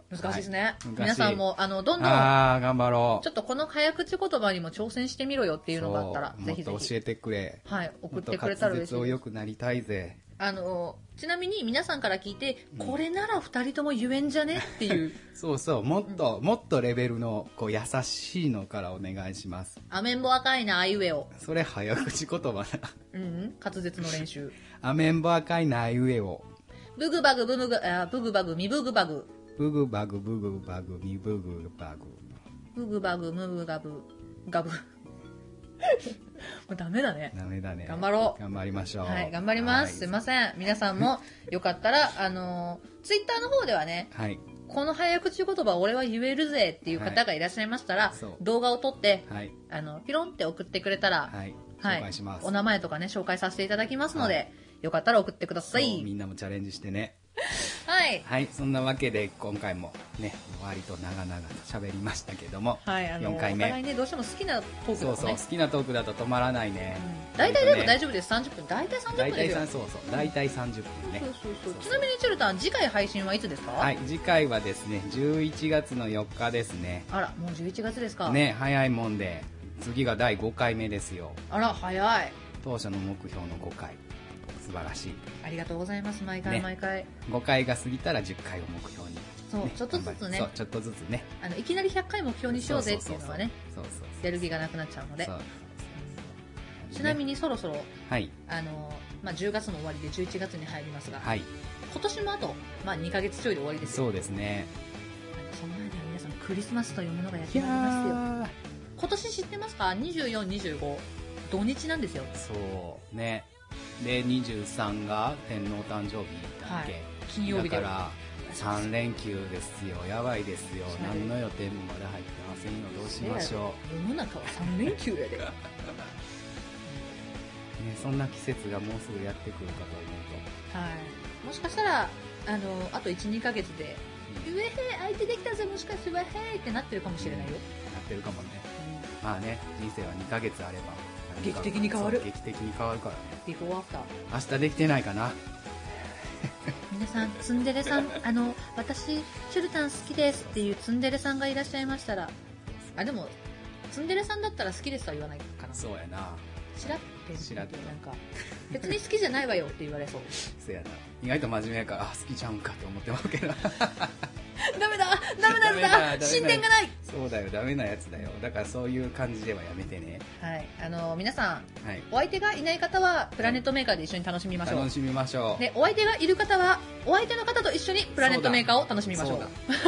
B: 難しいですね、
A: はい
B: 皆さんもあのどんどん
A: ああー頑張ろう
B: ちょっとこの早口言葉にも挑戦してみろよっていうのがあったら
A: そう
B: ぜひぜ
A: もっと
B: ひ
A: 教えてくれ
B: はい
A: も
B: 送っ
A: っと
B: てくれたら
A: 滑
B: 嬉し
A: 舌
B: い
A: を
B: です
A: 良くなりたいぜ
B: あのちなみに皆さんから聞いて、これなら2人とも言えんじゃねっていう
A: そうそうもっと、もっとレベルのこう優しいのからお願いします
B: 「アメンボ赤いなあいうえお
A: それ早口言葉な」
B: うんうん滑舌の練 習
A: 「アメンボ赤いないうえを
B: 「ブグバグブムグあブグバグミブグバグ
A: ブグバグブグバグミブグバグ
B: ブグバグムブガブガブ」も うダメだね」
A: ダメだね
B: 頑張ろう
A: 頑張りましょう
B: はい、頑張ります。すいません。皆さんも、よかったら、あのツイッターの方ではね、
A: はい、はい
B: この早口言葉俺は言えるぜっていう方がいらっしゃいましたら、
A: はいそう
B: 動画を撮って、
A: はい
B: あの、ピロンって送ってくれたら、
A: はい、
B: はい
A: 紹介します
B: お名前とかね、紹介させていただきますので、
A: は
B: よかったら送ってくださ
A: そうみ
B: い。
A: んなもチャレンジしてね
B: はい。
A: はいそんなわけで今回もね割と長々と喋りましたけども、
B: はい、あの、
A: 4
B: お
A: 回目
B: 互いね、どうしても好きなトーク
A: そ
B: だ
A: う
B: と
A: そう
B: ね
A: 好。きなトークだと止まらないね
B: うん大体でも大丈夫です。30分。大体30
A: 大
B: 分
A: 体
B: ですよ
A: さ。そうそう大体30分ね
B: そうそうそう。ちなみに、チュルタン、次回配信はいつですか
A: はい次回はですね11月の4日ですね
B: あら、もう11月ですか。
A: ね早いもんで次が第5回目ですよ
B: あら、早い。
A: 当初の目標の5回素晴らしい
B: ありがとうございます。毎回、
A: ね
B: 毎回。
A: 5回が過ぎたら10回を目標に、ね
B: そう、ちょっとずつね
A: そう、ちょっとずつね
B: あの、いきなり100回目標にしようぜっていうのはね、
A: そうそうそう
B: やる気がなくなっちゃうので
A: そ。う
B: ちなみ
A: に
B: にそろそろ、
A: はい
B: あの、まあ、10月の終わりで11月に入りますが、
A: はい
B: 今年もあと、まあ、2ヶ月ちょいで終わりですよ。
A: そうですね
B: その間に皆さん、クリスマスというものがやっ
A: い
B: て
A: や
B: まいりますよ。
A: ー
B: 今年知ってますか ?24、25。土日なんですよ。
A: そうねで23が天皇誕生日だっけ、
B: はい金曜日で。
A: だから3連休ですよやばいですよ
B: そう
A: 何の予定もまだ入ってませんよどうしましょ
B: 世の中は3連休 やで。
A: う、ね、そんな季節がもうすぐやってくるかと思
B: はい、もしかしたらあのあと12ヶ月で「
A: うと、
B: うえへ相手できたぜもしかしてうえへってなってるかもしれないよ、
A: なってるかもねまあね人生は2ヶ月あれば何か
B: 劇的に変わる
A: そう劇的に変わるからね
B: ビフォーアフター
A: 明日できてないかな
B: 皆さんツンデレさんあの私チュルタン好きですっていうツンデレさんがいらっしゃいましたらあでもツンデレさんだったら好きですとは言わないかな
A: そうやな
B: しらって
A: しらっと
B: なんか別に好きじゃないわよって言われそう
A: そうやな意外と真面目やからあ好きちゃうんかって思ってまうけど
B: ダメだダ メだ
A: ダメだダメだ
B: 進展がない
A: そうだよダメなやつだよだからそういう感じではやめてね
B: はいあの皆さん
A: はい
B: お相手がいない方はプラネットメーカーで一緒に楽しみましょう
A: 楽しみましょう
B: でお相手がいる方はお相手の方と一緒にプラネットメーカーを楽しみましょう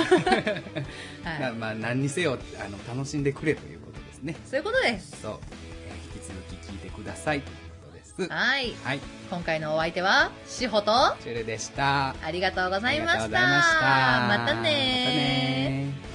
A: そう
B: は、
A: ないまあ何にせよあの楽しんでくれということですね
B: そういうことです
A: そう、えー引き続き聞いてくださいということです
B: はい
A: はい
B: 今回のお相手はしほとあ
A: チュルでした
B: りがとうございまし
A: ありがと
B: た
A: うございました
B: ま
A: ま
B: たねー
A: たねー